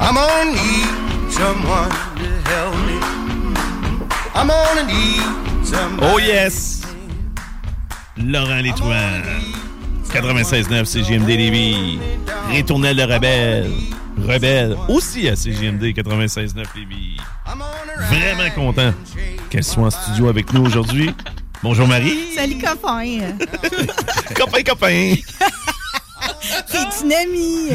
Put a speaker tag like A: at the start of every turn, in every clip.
A: I'm gonna need someone to help me. I'm gonna need somebody.
B: Oh yes! Laurent Létoile. 96.9 CGMD Lévis. Retournelle de Rebelle. Rebelle. Aussi à CGMD 96.9 Lévis.
A: I'm gonna
B: Vraiment
A: ride
B: content
A: and chase
B: qu'elle soit en studio avec nous aujourd'hui. Bonjour Marie.
C: Salut copain,
B: Copain, copain.
C: c'est une amie.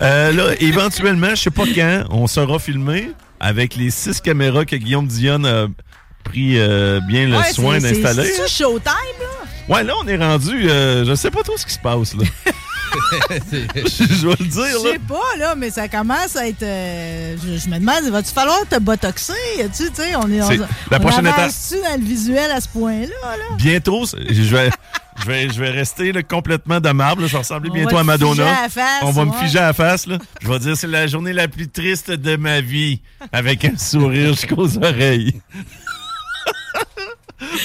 B: Euh, là, éventuellement, je sais pas quand, on sera filmé avec les six caméras que Guillaume Dion a pris euh, bien le
C: Ouais,
B: soin
C: c'est-
B: d'installer.
C: C'est c'est-tu showtime, là.
B: Ouais, là, on est rendu. euh, je sais pas trop ce qui se passe, là. je vais le
C: Je
B: dire, là.
C: sais pas, là, mais ça commence à être. euh, je, je me demande, va-tu falloir te botoxer? Tu tu sais, on est.
B: C'est
C: on,
B: la prochaine étape.
C: tu dans le visuel à ce point-là, là?
B: Bientôt, c'est- je vais, je vais, je vais rester là, complètement dommable. Je vais ressembler
C: On
B: bientôt
C: va
B: à
C: te
B: Madonna.
C: figer à la face,
B: on va me
C: ouais.
B: figer à la face, là. Je vais dire, c'est la journée la plus triste de ma vie. Avec un sourire jusqu'aux oreilles.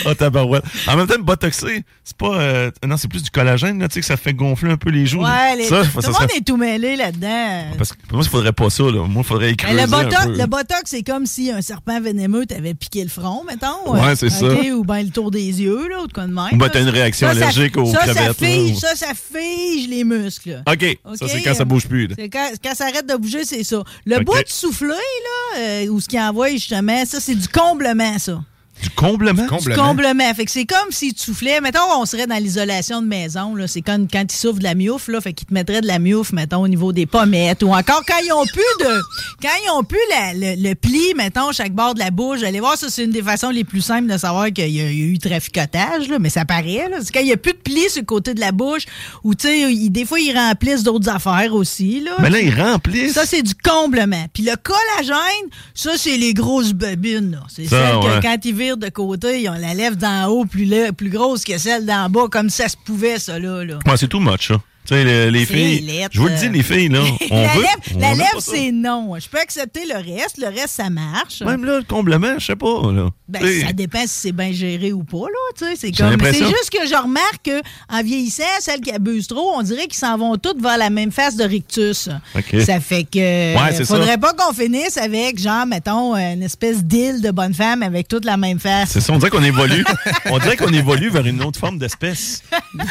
B: oh, tabarouette. En même temps, botoxer, c'est pas. euh, non, c'est plus du collagène, là, tu sais, que ça fait gonfler un peu les joues. là.
C: Ouais, les,
B: Mmh. ça,
C: tout
B: ça
C: le
B: serait-
C: monde est tout mêlé là-dedans.
B: Parce que pour moi, il faudrait pas ça, là. Moi, il faudrait
C: Mais
B: écrire.
C: Ben, le, botox, le botox, c'est comme si un serpent vénémeux t'avait piqué le front, mettons. euh,
B: Ouais, c'est ça.
C: OK, Ou bien le tour des yeux, là, ou de quoi de même.
B: Ou ben,
C: là.
B: t'as une réaction
C: Ça, ça-
B: allergique aux
C: ça,
B: crevettes,
C: Ça
B: là,
C: fige,
B: ou-
C: ça, ça fige les muscles. là.
B: OK, ça,
C: OK,
B: c'est quand ça
C: euh,
B: bouge plus. là.
C: C'est quand, quand ça arrête de bouger, c'est ça. Le
B: OK.
C: bout de souffler, là, euh, ou ce qu'il envoie justement, ça, c'est du comblement, ça.
B: Du comblement?
C: Du comblement. Fait que c'est comme si tu soufflais. Mettons, on serait dans l'isolation de maison, là. C'est comme quand ils souffrent de la miouf, là. Fait qu'ils te mettraient de la miouf, mettons, au niveau des pommettes. Ou encore quand ils ont plus de. Quand ils ont plus la- le, le pli, mettons, chaque bord de la bouche. Allez voir, ça, c'est une des façons les plus simples de savoir qu'il y, a il y a eu traficotage, là. Mais ça paraît, là. C'est quand il y a plus de pli sur le côté de la bouche. Ou, tu sais, il- des fois, ils remplissent d'autres affaires aussi, là.
B: Mais là, ils remplissent.
C: Ça, c'est du comblement. Puis le collagène, ça, c'est les grosses bobines. là. C'est
B: Ça,
C: celles que
B: ouais.
C: quand ils virent de côté, ils ont la lèvre d'en haut plus, la- plus grosse que celle d'en bas, comme ça se pouvait, ça, là. là.
B: Ouais, c'est too much, ça. Tu sais, le- les
C: C'est
B: filles.
C: laid,
B: je vous le
C: euh.
B: dis, les filles, là. On
C: la
B: veut,
C: lèvre,
B: on
C: la
B: aime
C: lèvre,
B: pas ça.
C: c'est non. Je peux accepter le reste. Le reste, ça marche.
B: Même là, le comblement, je sais pas, là.
C: Ben,
B: Tu sais,
C: ça dépend si c'est bien géré ou pas, là. tu sais, C'est comme. C'est
B: l'impression.
C: juste que je remarque qu'en vieillissant, celles qui abusent trop, on dirait qu'ils s'en vont toutes vers la même face de rictus.
B: OK.
C: Ça fait que.
B: Ouais, c'est
C: faudrait
B: ça.
C: pas qu'on finisse avec, genre, mettons, une espèce d'île de bonne femme avec toute la même face.
B: c'est ça, on dirait qu'on évolue. on dirait qu'on évolue vers une autre forme d'espèce.
C: Ouais,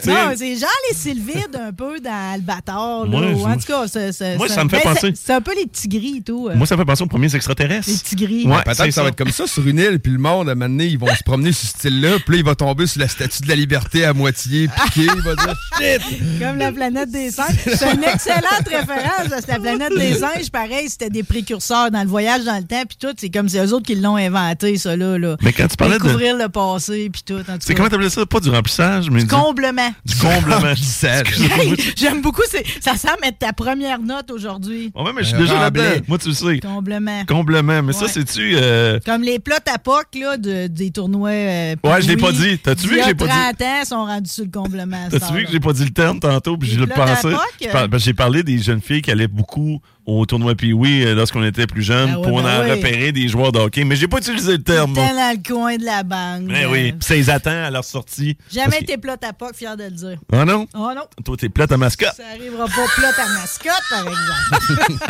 B: C'est-
C: non, c'est genre les Sylvides un peu dans Albator, là.
B: Ouais,
C: ou en
B: moi-
C: tout cas, c'est- c'est-
B: moi,
C: c'est-
B: ça me fait
C: ben,
B: penser.
C: c'est- C'est un peu les petits gris et tout. euh,
B: Moi, ça me fait penser aux premiers extraterrestres.
C: les petits gris.
B: Ouais,
D: Peut-être
B: c'est
D: que ça va être comme ça sur une île, puis le monde, à un moment donné, ils vont se promener sur ce style-là, puis là, il va tomber sur la statue de la liberté à moitié piquée, il va dire shit!
C: Comme la planète des singes. C'est une excellente référence parce que la planète des singes, pareil, c'était des précurseurs dans le voyage dans le temps, puis tout. C'est comme c'est eux autres qui l'ont inventé, ça, là. là.
B: Mais quand tu parlais de-
C: Découvrir le passé, puis tout. en tout
B: C'est
C: cas.
B: comment t'appelais ça? Pas du remplissage, mais. Du,
C: Comblement.
B: du comblement.
D: Remplissage.
C: Hey,
B: Excusez-moi.
C: J'aime beaucoup, c'est- ça semble être ta première note aujourd'hui.
B: Ouais, mais je suis
D: Un
B: déjà
D: remblai.
B: là-dedans. Moi, tu le sais.
C: Comblement.
B: Comblement. Mais ça,
C: Ouais.
B: c'est-tu. euh,
C: Comme les plots à POC, là, de- des tournois. euh,
B: Ouais, je l'ai pas
C: Pee-wee,
B: dit. T'as-tu vu
C: d'il y
B: que
C: a
B: j'ai pas dit?
C: 30 ans sont rendus sur le comblement. à cette
B: T'as-tu vu
C: heure-là.
B: que j'ai pas dit le terme tantôt, puis je le
C: Là, t'as
B: pensais?
C: pas que-
B: Je par- ben, J'ai parlé des jeunes filles qui allaient beaucoup au tournoi Pee-Wee euh, lorsqu'on était plus jeunes
C: Ben ouais,
B: pour
C: ben
B: en
C: ouais.
B: repérer des joueurs de hockey, mais j'ai pas utilisé le terme.
C: T'es
B: moi.
C: dans le coin de la banque.
B: Ben oui, puis ça les attend à leur sortie.
C: Jamais
B: Parce que-
C: été plot à POC, fier de le dire.
B: Ah non?
C: Oh non.
B: Toi, t'es plate à mascotte.
C: Ça arrivera pas plate à mascotte, par exemple.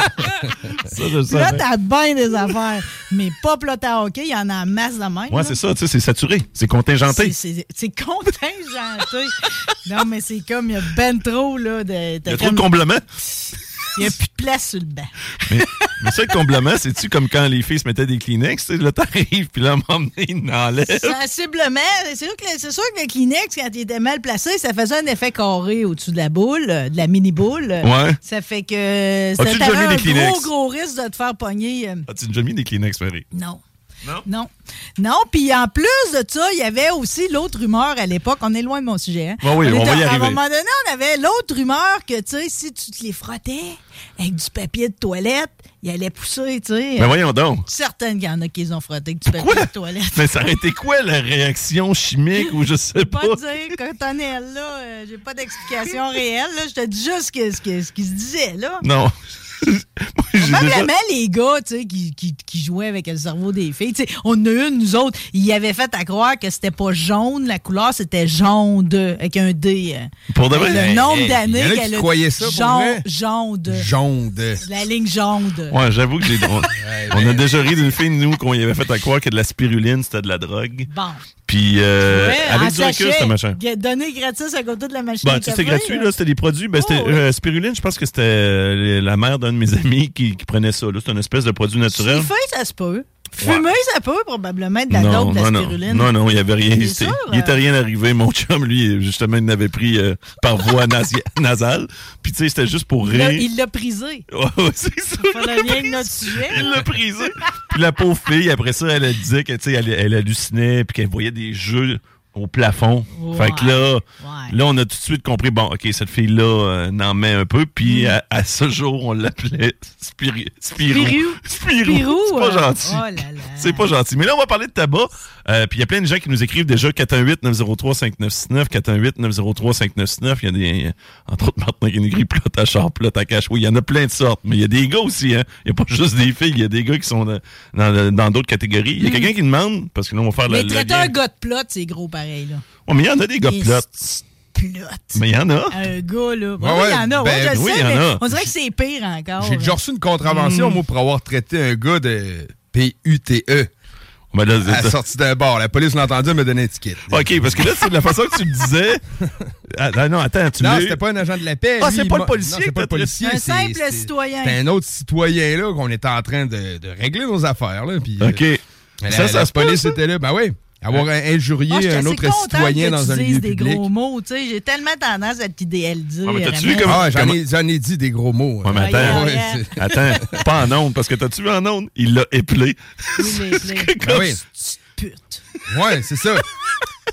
B: Ça, je le savais.
C: plate à bien des affaires, mais pas plate à hockey. Il y en a en masse de même.
B: Ouais,
C: là.
B: c'est ça, tu sais, c'est saturé, c'est contingenté.
C: C'est- C'est c'est contingenté. non, mais c'est comme, il y a ben trop, là. De,
B: Il y a trop de comblements.
C: Il n'y a plus de place sur le banc.
B: Mais, mais ça, le comblement, c'est-tu comme quand les filles se mettaient des Kleenex? tu sais, Là, t'arrives, puis là, à un moment donné, ils n'enlèvent.
C: Sensiblement, c'est sûr, que le- c'est sûr que le Kleenex, quand il était mal placé, ça faisait un effet carré au-dessus de la boule, euh, de la mini-boule.
B: Ouais.
C: Ça fait que euh, ça
B: As-tu déjà mis
C: t'avait
B: des
C: un
B: Kleenex?
C: gros, gros risque de te faire pogner. euh,
B: As-tu déjà mis des Kleenex, Ferré?
C: Non.
B: Non?
C: Non. Non, puis en plus de ça, il y avait aussi l'autre rumeur à l'époque. On est loin de mon sujet. hein?
B: Ouais, oui, on
C: était-
B: va y
C: à
B: arriver.
C: un moment donné, on avait l'autre rumeur que, tu sais, si tu te les frottais avec du papier de toilette, il allait pousser, tu sais.
B: Mais Ben voyons donc.
C: Certaines qu'il y en a qui les ont frottés avec du papier
B: Quoi?
C: de toilette.
B: Mais ça aurait été quoi la réaction chimique ou je sais
C: peux
B: pas?
C: pas dire cotonnelle, là. euh, J'ai pas d'explication réelle, là. Je te dis juste ce que- ce que- ce qui se disait, là.
B: Non. Moi, j'ai déjà-
C: Probablement les gars, tu sais, qui, qui- qui jouaient avec le cerveau des filles. Tu sais, on en a une, nous autres, ils avaient fait à croire que c'était pas jaune, la couleur, c'était jaune de, avec un D. euh.
B: Pour de vrai?
C: Le
B: Hey,
C: nombre
B: hey,
C: d'années
D: y en a qui
C: qu'elle a
D: croyaient ça, pour
C: jaune,
D: vrai.
C: jaune de.
D: Jaune de.
C: La ligne jaune de.
B: Ouais, j'avoue que j'ai. On, on a déjà ri d'une fille, nous, qu'on y avait fait à croire que de la spiruline, c'était de la drogue.
C: Bon.
B: Puis, euh,
C: Ouais, en
B: avec du recul,
C: sachet,
B: c'était machin.
C: ga- Donné gratis à côté de la machine.
B: Bah,
C: à
B: tu sais, c'était
C: café,
B: gratuit, là. C'était des produits. Ben, c'était,
C: Oh, ouais.
B: euh, spiruline, je pense que c'était euh, la mère d'un de mes amis qui, qui prenait ça. Là. C'est une espèce de produit naturel.
C: Sniffer, ça se peut. Fumer, ça peut probablement être de la dope,
B: Non,
C: de la
B: non, non,
C: spiruline.
B: non, non, il n'y avait rien.
C: T'es
B: C'était-
C: sûr,
B: il n'était
C: euh?
B: rien arrivé. Mon chum, lui, justement, il n'avait pris euh, par voie nasi- nasale. Puis, tu sais, c'était juste pour
C: Il
B: rire.
C: l'a- Il l'a prisé.
B: Ouais, ouais, c'est ça.
C: Pour le lien avec notre sujet.
B: Elle l'a prisé. Puis la pauvre fille, après ça, elle disait que, tu sais, elle, elle hallucinait puis qu'elle voyait des jeux au plafond. Fait que là,
C: Ouais.
B: là, on a tout de suite compris, bon, OK, cette fille-là euh, n'en met un peu. Puis
C: Mm.
B: à, à ce jour, on l'appelait Spirou. Spirou.
C: Spirou.
B: Spirou.
C: Spirou,
B: C'est pas
C: euh,
B: gentil.
C: oh là là.
B: C'est pas gentil. Mais là, on va parler de tabac. Euh, puis il y a plein de gens qui nous écrivent déjà 418-903-5969, 418-903-5969. Il y a des, entre autres, Martin Guinigri, Plot à Char, Plot à Cache. Oui, il y en a plein de sortes. Mais il y a des gars aussi. hein. Il n'y a pas juste des filles. Il y a des gars qui sont dans- dans dans d'autres catégories. Il y a quelqu'un qui demande, parce que là, on va faire
C: Mais
B: le, le
C: traiter
B: lien.
C: un gars de plot, c'est gros pareil, là.
B: Ouais, mais il y en a des gars plot.
C: Est-ce que tu plottes?
B: Mais il y en a.
C: Un gars, là. Ouais,
D: Ouais,
C: oui,
D: ouais,
C: il y en a. ouais,
D: ben
C: je le
B: oui,
C: sais,
B: il y en
C: mais
B: a.
C: on dirait que c'est pire encore.
D: J'ai déjà reçu une
C: Mm.
D: contravention, moi, pour avoir traité un gars de P-U-T-E
B: Ben là,
D: à
B: c'est-
D: E la sortie d'un bar. La police l'a entendu, elle m'a donné une étiquette.
B: OK, parce que là, c'est de la façon que tu le disais. Ah, ah, non, attends, tu
D: Non,
B: l'as eu.
D: c'était pas un agent de la paix.
B: Ah,
D: lui,
B: c'est
D: il
B: pas le
D: m'a-
B: policier
D: Non, c'est
B: que
D: pas le
B: t'as traité.
D: policier.
C: Un
D: c'est-
C: simple
D: c'est-
C: citoyen.
D: C'est un autre citoyen, là, qu'on était en train de, de régler nos affaires, là. Puis,
B: OK.
D: euh, La,
B: Ça, ça
D: la
B: se peut,
D: police
B: ça?
D: était là. Ben oui. Avoir un- injurié
C: Moi, Ah, je suis
D: un
C: assez
D: autre
C: contente
D: citoyen
C: que
D: dans
C: tu
D: un
C: dises
D: lieu
C: des
D: public.
C: gros mots, tu sais. J'ai tellement tendance à t'idéaliser.
B: Ouais, mais t'as-tu vu
C: Ramel.
B: comment-
D: Ah, j'en ai, j'en ai dit des gros mots.
B: Ouais, mais
D: hein.
B: attends.
D: Ouais,
C: Yeah, yeah.
D: c'est-
B: Attends, pas en onde, parce que t'as-tu vu en onde? Il l'a éplé.
C: Il est plein.
D: Ben oui.
C: Pute.
D: Ouais, c'est ça.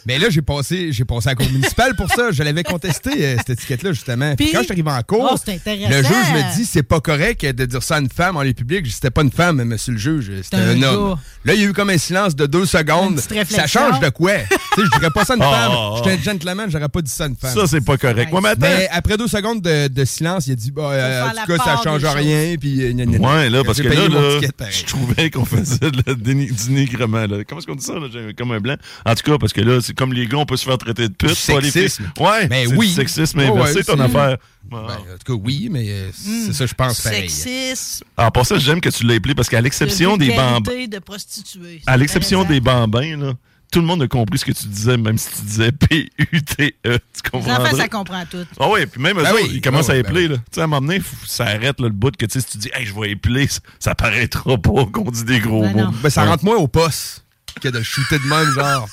D: Mais là, j'ai passé, j'ai passé à la cour municipale pour ça. Je l'avais contesté, euh, cette étiquette-là, justement. Puis
C: Puis-
D: quand je suis arrivé en cour,
C: Oh, c'est intéressant.
D: le juge me dit c'est pas correct de dire ça à une femme en lieu public. C'était pas une femme, monsieur le juge, c'était
C: un
D: un, homme.
C: gars.
D: Là, il y a eu comme un silence de deux secondes.
C: Une petite
D: Ça
C: réflexion.
D: change de quoi? tu sais, je dirais pas ça à une
B: Ah,
D: femme.
B: ah, ah.
D: J'étais un gentleman, j'aurais pas dit ça à une femme.
B: Ça, c'est pas correct. Moi, mais
D: Mais
B: attends.
D: après deux secondes de, de silence, il a dit bah, euh,
C: Faut
D: en
C: faire la
D: tout cas, ça
C: part
D: change
C: des
D: rien. Puis, euh, gna, gna, gna.
B: Ouais, là, parce
D: J'ai
B: que
D: payé
B: là,
D: mon
B: là,
D: ticket, pareil.
B: je trouvais qu'on faisait de la déni- du dénigrement. Là. Comment est-ce qu'on dit ça? Là? J'ai Comme un blanc. En tout cas, parce que là, c'est comme les gars, on peut se faire traiter de pute. Pas les filles.
D: sexisme.
B: Ouais,
D: Ben
B: c'est
D: oui.
B: du sexisme
D: Ouais,
B: inversé,
D: ouais,
B: ton
D: c'est-
B: affaire. Ah.
D: Ben, en tout cas, oui, mais euh, c'est
C: Hmm.
D: ça, je
B: Ben,
D: pense, pareil.
C: Sexiste.
B: Ah, En passant, j'aime que tu l'as éplé, parce qu'à l'exception
C: de
B: des bambins...
C: vulgarité, de prostituée.
B: À l'exception des
C: Intéressant.
B: bambins, là, tout le monde a compris ce que tu disais, même si tu disais P-U-T-E. E, Tu
C: Les enfants, ça
B: comprends?
C: comprend tout.
B: Ah oui, puis même eux
D: Ben
B: autres,
D: oui,
B: ils commencent
D: ben
B: à
D: oui,
B: épeler.
D: ben
B: là. Tu sais, à un moment donné, faut- ça arrête là, le bout que tu sais, si tu dis, hey, je vais épeler, ça, ça paraîtra pas qu'on dit des gros
C: Ben
B: mots.
C: non.
D: Ben, ça rentre moins au poste que de le shooter de même, genre.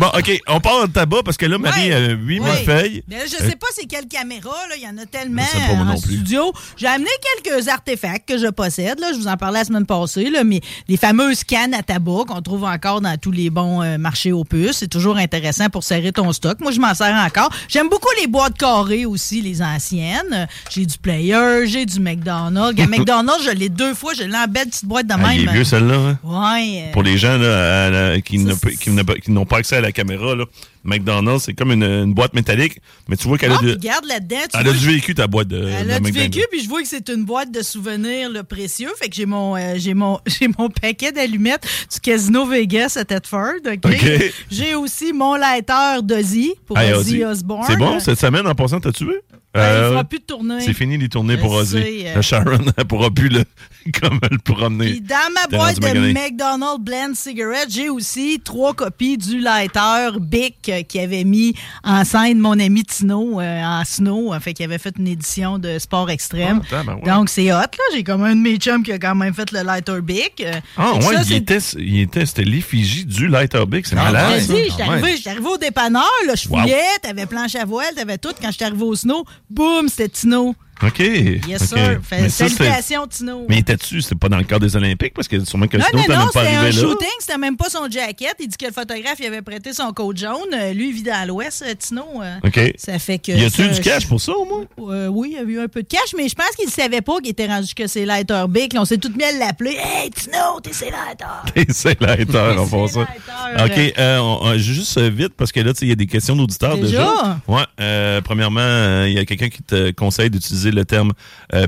B: Bon, OK, on part de tabac parce que là, Marie,
C: Ouais.
B: a 8000
C: Oui.
B: feuilles.
C: Mais là, je
B: Euh,
C: sais pas c'est quelle caméra, là. Il y en a tellement
B: Je sais pas, moi
C: en
B: non plus.
C: studio. J'ai amené quelques artefacts que je possède, là. Je vous en parlais la semaine passée, là. Mais les fameuses cannes à tabac qu'on trouve encore dans tous les bons euh, marchés aux puces. C'est toujours intéressant pour serrer ton stock. Moi, je m'en sers encore. J'aime beaucoup les boîtes carrées aussi, les anciennes. Euh, J'ai du player, j'ai du McDonald's. À McDonald's, je l'ai deux fois. Je l'ai en belle petite boîte de
B: ah, il est
C: même.
B: vieux, celle-là. hein.
C: Ouais. euh,
B: Pour les gens là, à la- qui
C: Ça,
B: n'ont pas-
C: c'est-
B: qui n'ont pas qui n'ont pas accès à à la caméra, là. McDonald's, c'est comme une, une boîte métallique, mais tu vois qu'elle
C: Ah,
B: a, du,
C: puis garde là-dedans. tu
B: elle a
C: vois,
B: du
C: je-
B: vécu, ta boîte de,
C: Elle
B: de
C: a du
B: McDonald's.
C: vécu, puis je vois que c'est une boîte de souvenirs là, précieux. Fait que j'ai mon, euh, j'ai mon, j'ai mon paquet d'allumettes du Casino Vegas à Tedford. OK?
B: OK.
C: J'ai aussi mon lighter d'Ozzy pour
B: Hey,
C: Ozzy
B: Ozzy.
C: Osbourne.
B: C'est bon, cette semaine, en passant, t'as-tu vu?
C: Ben, il
B: Euh,
C: fera plus de tournée.
B: C'est fini les tournées pour
C: Je
B: Ozzy.
C: sais, euh.
B: La Sharon, elle pourra plus le, comme elle pourra
C: Puis
B: amener.
C: dans ma
B: T'es
C: boîte
B: rendu
C: de
B: magané.
C: McDonald's Blend Cigarette, j'ai aussi trois copies du lighter Bic euh, qui avait mis en scène mon ami Tino euh, en snow. Euh, Fait qu'il avait fait une édition de sport extrême.
B: Ah, ben ouais.
C: Donc c'est hot, là. J'ai comme un de mes chums qui a quand même fait le lighter Bic. Euh,
B: Ah
C: fait que
B: ouais,
C: ça,
B: il
C: c'est-
B: était, il était, c'était l'effigie du Lighter Big, c'est
D: Ah,
B: malade.
D: ouais.
B: ça.
C: Vas-y, j'étais
D: Ah ouais.
C: arrivé, j'étais arrivé au dépanneur, là, je
B: Wow.
C: fouillais, t'avais planche à voile, t'avais tout. Quand j'étais arrivé au snow, boum, c'était Tino.
B: OK.
C: Yes,
B: OK.
C: sir. Fait-
B: Mais ça, c'est-
C: salutations, Tino.
B: Mais il était-tu? C'était pas dans le cadre des Olympiques parce que sûrement que
C: Non,
B: sinon,
C: non,
B: t'as
C: non,
B: même pas
C: c'était un
B: arrivé là.
C: shooting, c'était même pas son jacket. Il dit que le photographe, il avait prêté son coat jaune. Euh, Lui, il vit dans l'Ouest, euh, Tino. euh,
B: OK.
C: Ça fait que.
B: Y a-tu
C: ça,
B: du cash
C: je-
B: pour ça au moins?
C: Euh, oui, il y a eu un peu de cash, mais je pense qu'il savait pas qu'il était rendu que c'est Lighter Bic. Là, On s'est toutes mis à l'appeler. Hey, Tino, t'es c'est Lighter.
B: c'est E Lighter en font ça. OK,
C: Lighter.
B: euh, on- on- juste euh, vite parce que là, tu sais, il y a des questions d'auditeurs déjà.
C: Déjà?
B: Ouais. euh, premièrement, euh, il y a quelqu'un qui te conseille d'utiliser le terme euh,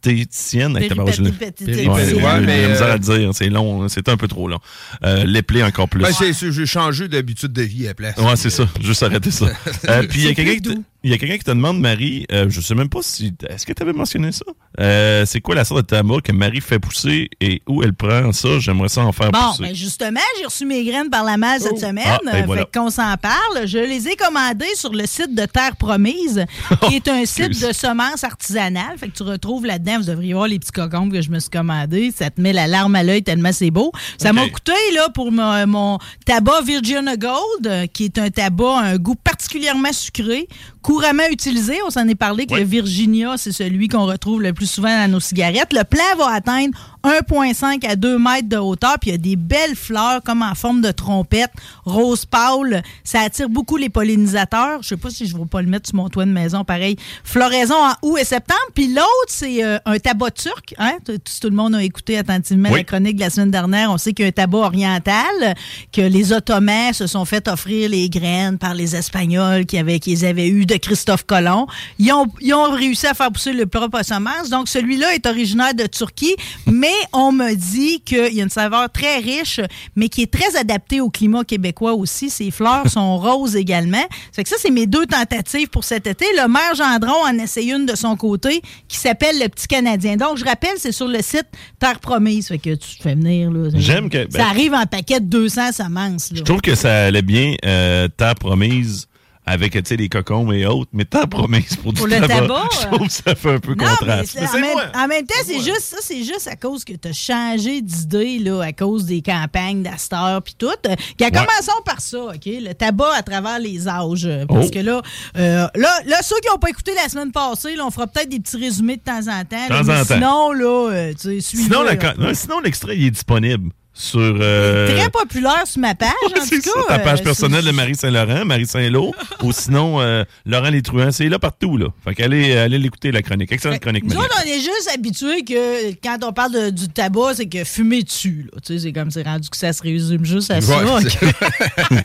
B: péripatéticienne. Hey, tabarou, je l'ai-
D: Péripatéticienne.
B: Ouais,
D: Ouais,
B: j'ai-
D: ouais,
B: j'ai
D: mais,
B: la misère à
D: euh,
B: le dire, c'est long, hein, c'est un peu trop long. Euh, les plaies encore plus.
D: Ben, c'est sûr, j'ai changé d'habitude de vie à la place.
B: Ouais, c'est ça. Juste arrêter ça. Euh, puis il y a quelqu'un qui, te-
C: doux.
B: il y a quelqu'un qui te demande, Marie, euh, je sais même pas si. Est-ce que tu avais mentionné ça? Euh, c'est quoi la sorte de tabac que Marie fait pousser et où elle prend ça? J'aimerais ça en faire
C: Bon,
B: pousser.
C: ben justement, j'ai reçu mes graines par la malle cette semaine.
B: Ah, ben
C: euh,
B: voilà.
C: Fait qu'on s'en parle. Je les ai commandées sur le site de Terre Promise,
B: Oh,
C: qui est un site de semences artisanales. Fait que tu retrouves là-dedans, vous devriez voir les petits cocombes que je me suis commandés. Ça te met la larme à l'œil tellement c'est beau. Ça
B: Ok.
C: m'a coûté, là, pour mon, mon tabac Virginia Gold, euh, qui est un tabac à un goût particulièrement sucré, couramment utilisé. On s'en est parlé que
B: Ouais.
C: le Virginia, c'est celui qu'on retrouve le plus souvent dans nos cigarettes. Le plat va atteindre 1,5 à 2 mètres de hauteur, puis il y a des belles fleurs comme en forme de trompette, rose pâle. Ça attire beaucoup les pollinisateurs. Je sais pas si je vais pas le mettre sur mon toit de maison, pareil. Floraison en août et septembre. Puis l'autre, c'est euh, un tabac turc. Hein? Tout, tout le monde a écouté attentivement
B: Oui.
C: la chronique de la semaine dernière. On sait qu'il y a un tabac oriental, que les Ottomans se sont fait offrir les graines par les Espagnols qui avaient, qu'ils avaient eu de Christophe Colomb. Ils ont, ils ont réussi à faire pousser le propre semence. Donc, celui-là est originaire de Turquie, mais on me dit qu'il y a une saveur très riche, mais qui est très adaptée au climat québécois aussi. Ses fleurs sont roses également. Ça fait que ça, c'est mes deux tentatives pour cet été. Le maire Gendron en essaye une de son côté qui s'appelle le Petit Canadien. Donc, je rappelle, c'est sur le site Terre Promise. Ça fait que tu te fais venir, là.
B: J'aime que- ben-
C: ça arrive en paquet de 200 semences, là.
B: Je trouve que ça allait bien, euh, ta promise avec, tu sais, les cocombes et autres, mais ta promise pour du
C: Pour le tabac, hein.
B: Je trouve que ça fait un peu
C: Non, mais
B: contraste.
C: c'est-
B: Mais
C: en,
B: c'est
C: même,
B: moi.
C: en même temps, c'est juste ça, c'est juste à cause que tu as changé d'idée là, à cause des campagnes d'Astor puis tout. Euh, qu'à- Commençons par ça, OK? Le tabac à travers les âges. euh, Parce
B: Oh.
C: que là, euh, là, là, ceux qui n'ont pas écouté la semaine passée, là, on fera peut-être des petits résumés de temps en temps. là,
B: De temps
C: mais
B: en temps.
C: Sinon, là, euh, tu sais, suivez,
B: Sinon, la
C: là.
B: ca- non, sinon, l'extrait, il est disponible sur. euh,
C: Très populaire sur ma page, en tout
B: c'est
C: cas.
B: ça, ta
C: euh,
B: page
C: sur-
B: personnelle de Marie Saint-Laurent, Marie Saint-Lô, ou sinon euh, Laurent Létruant, c'est là partout, là. Fait qu'allez euh, allez l'écouter, la chronique. Excellente chronique,
C: Nous
B: Marie.
C: autres, on est juste habitués que quand on parle de- du tabac, c'est que fumer dessus. Là. Tu sais, c'est comme c'est rendu que ça se résume juste à ça.
D: Ouais,
C: OK?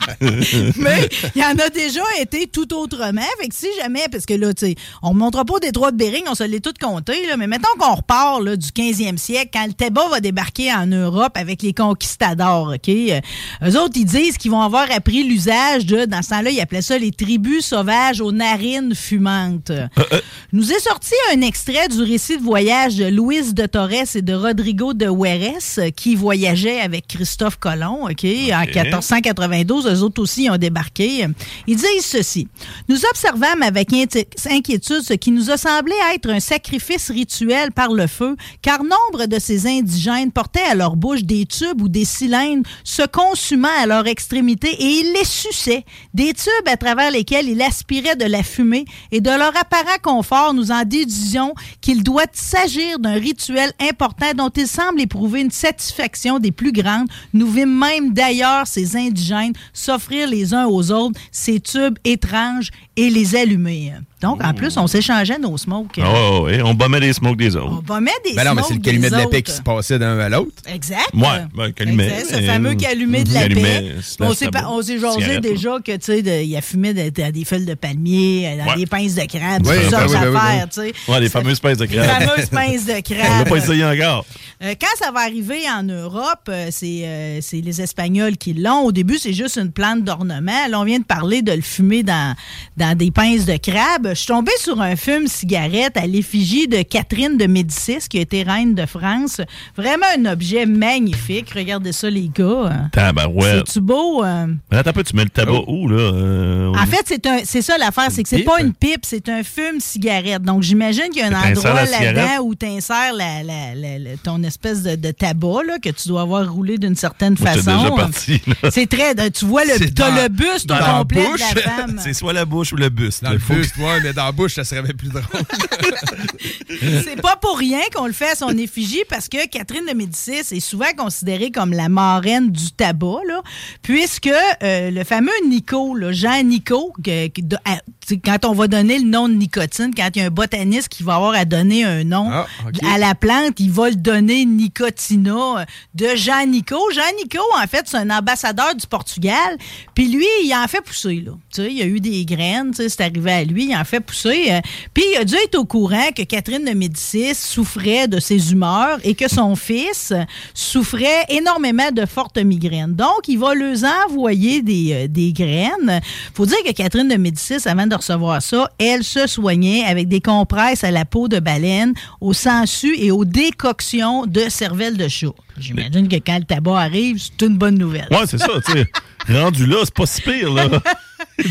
C: Mais il y en a déjà été tout autrement. Fait que si jamais, parce que là, tu sais, on ne montrera pas des trois de Bering, on se l'est tout compté, là, mais mettons qu'on repart là, du 15e siècle, quand le tabac va débarquer en Europe avec les conquistadors, OK? Euh, eux autres, ils disent qu'ils vont avoir appris l'usage de, dans ce temps-là, ils appelaient ça les tribus sauvages aux narines fumantes. Nous est sorti un extrait du récit de voyage de Louise de Torres et de Rodrigo de Huérez euh, qui voyageaient avec Christophe Colomb, OK, en 14 1992, eux autres aussi ont débarqué. Ils disent ceci. Nous observâmes avec inti- inquiétude ce qui nous a semblé être un sacrifice rituel par le feu, car nombre de ces indigènes portaient à leur bouche des tubes ou des cylindres se consumant à leur extrémité et ils les suçaient, des tubes à travers lesquels ils aspiraient de la fumée et de leur apparent confort, nous en déduisions qu'il doit s'agir d'un rituel important dont il semble éprouver une satisfaction des plus grandes. Nous vîmes même d'ailleurs ces indigènes s'offrir les uns aux autres ces tubes étranges et les allumer. Donc,
D: Mmh.
C: en plus, on s'échangeait nos smokes.
B: Ah ouais, ouais, ouais. On bombait les smokes des autres.
C: On va mettre des
D: Ben non, mais c'est
C: smokes
D: le calumet de
C: des
D: la paix qui
C: autres.
D: se passait d'un à l'autre.
C: Exact.
B: Ouais, ben, calumet.
C: Exact, ce
B: Et-
C: fameux calumet de la
B: Calumet,
C: paix.
B: slash
C: On s'est, pas-
B: sabot.
C: on s'est jasé
B: Cigarette,
C: déjà que, tu sais, de- il a fumé de- dans des feuilles de palmier, euh, dans
B: Ouais.
C: des pinces de crabe,
D: Oui,
C: toutes
D: ben
C: sortes
D: oui, ben oui,
C: d'affaires, tu sais.
B: Ouais, les
C: Oh, Ça-
B: fameuses pinces de
C: Les
B: crabe.
C: fameuses pinces de
B: On l'a
C: crabe.
B: pas essayé encore.
C: Euh, quand ça va arriver en Europe, euh, c'est euh, c'est les Espagnols qui l'ont. Au début, c'est juste une plante d'ornement. Là, on vient de parler de le fumer dans, dans des pinces de crabe. Je suis tombée sur un fume cigarette à l'effigie de Catherine de Médicis, qui a été reine de France. Vraiment un objet magnifique. Regardez ça, les gars. hein.
B: Tabarouette.
C: C'est-tu beau? euh?
B: Mais attends un peu, tu mets le tabac
C: Oh.
B: où, là? euh, au-
C: En fait, c'est un, c'est ça l'affaire, c'est que c'est
D: pipe?
C: pas une pipe, c'est un fume cigarette. Donc, j'imagine qu'il y a un
B: T'insères
C: endroit
B: la cigarette?
C: là-dedans où tu insères la, la- la- la- ton espèce de, de tabac là, que tu dois avoir roulé d'une certaine
B: Moi, j'étais
C: façon.
B: déjà parti, là.
C: C'est très. euh, Tu vois, le,
D: C'est
C: t'as
D: dans-
C: le buste
D: dans
C: au
D: la
C: complet
D: bouche.
C: de la femme.
B: C'est soit la bouche ou le buste.
D: Dans
B: là.
D: le
B: Faut que-
D: fuste, ouais, mais dans la bouche, ça serait même plus drôle.
C: C'est pas pour rien qu'on le fait à son effigie parce que Catherine de Médicis est souvent considérée comme la marraine du tabac, là, puisque euh, le fameux Nico, là, Jean Nico, que- que- de- à- tu sais, quand on va donner le nom de nicotine, quand il y a un botaniste qui va avoir à donner un nom
D: Ah, ok.
C: à la plante, il va le donner Nicotina euh, de Jean Nico. Jean Nico, en fait, c'est un ambassadeur du Portugal, puis lui, il en fait pousser, là. Tu sais, il y a eu des graines, tu sais, c'est arrivé à lui, il en fait pousser. euh, puis il a dû être au courant que Catherine de Médicis souffrait de ses humeurs et que son fils souffrait énormément de fortes migraines. Donc, il va leur envoyer des, euh, des graines. faut dire que Catherine de Médicis, avant de recevoir ça, elle se soignait avec des compresses à la peau de baleine, aux sangsues et aux décoctions de cervelle de chat. J'imagine que quand le tabac arrive, c'est une bonne nouvelle.
B: Ouais, c'est ça, tu sais. Rendu là, c'est pas si pire, là.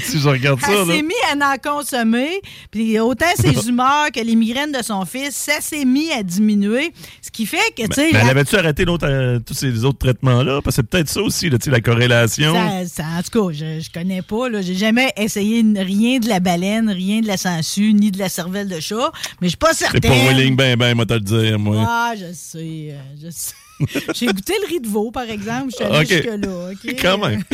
B: si je regarde ça,
C: Elle
B: là.
C: s'est mise à en consommer, puis autant ses humeurs que les migraines de son fils, ça s'est mis à diminuer, ce qui fait que, tu
B: Mais,
C: sais,
B: mais
C: la-
B: Ben, elle avait-tu arrêté l'autre, euh, tous ces autres traitements-là? Parce que c'est peut-être ça aussi, là, tu sais, la corrélation.
C: ça- ça- en tout cas, je, je connais pas, là, j'ai jamais essayé n- rien de la baleine, rien de la sangsue, ni de la cervelle de chat, mais je suis pas
B: C'est
C: certaine.
B: pas Willing, ben, ben, moi, te le dire, moi.
C: Ah, je sais, euh, je sais. J'ai goûté le riz de veau, par exemple, je suis allée
B: Ok.
C: jusque-là. ok?
B: Quand même.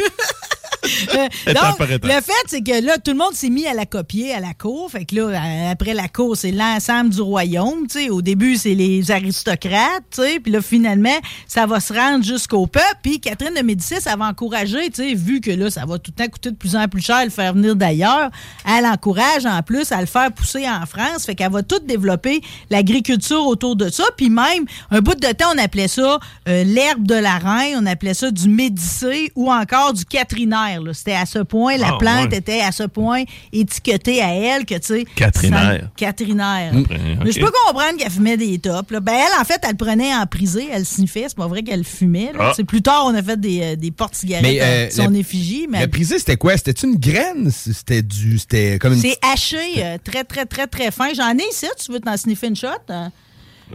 C: Euh,
B: Étape
C: Donc,
B: par étape.
C: le fait, c'est que là, tout le monde s'est mis à la copier à la cour. Fait que là, à- après la cour, c'est l'ensemble du royaume. tu sais. Au début, c'est les aristocrates. tu sais. Puis là, finalement, ça va se rendre jusqu'au peuple. Puis Catherine de Médicis, elle va encourager, tu sais, vu que là, ça va tout le temps coûter de plus en plus cher le faire venir d'ailleurs. Elle encourage en plus à le faire pousser en France. Fait qu'elle va tout développer l'agriculture autour de ça. Puis même, un bout de temps, on appelait ça euh, l'herbe de la reine, on appelait ça du médicé ou encore du catrinaire. là. C'était à ce point, la
B: Ah,
C: plante
B: ouais.
C: était à ce point étiquetée à elle que, tu sais...
B: Catrinaire.
C: ça- Catrinaire.
B: ok.
C: Mais je peux comprendre qu'elle fumait des tops. là. Ben, elle, en fait, elle prenait en prisée, elle sniffait. C'est pas vrai qu'elle fumait. là.
B: Ah.
C: Tu sais, Plus tard, on a fait des, euh, des porte-cigarettes
D: Mais, euh,
C: à son
D: la-
C: effigie, mais
D: La
C: elle-
D: prisée, c'était quoi? C'était une graine? C'était du. C'était comme une.
C: c'est haché euh, très, très, très, très fin. J'en ai ici, tu veux t'en sniffer une shot? hein?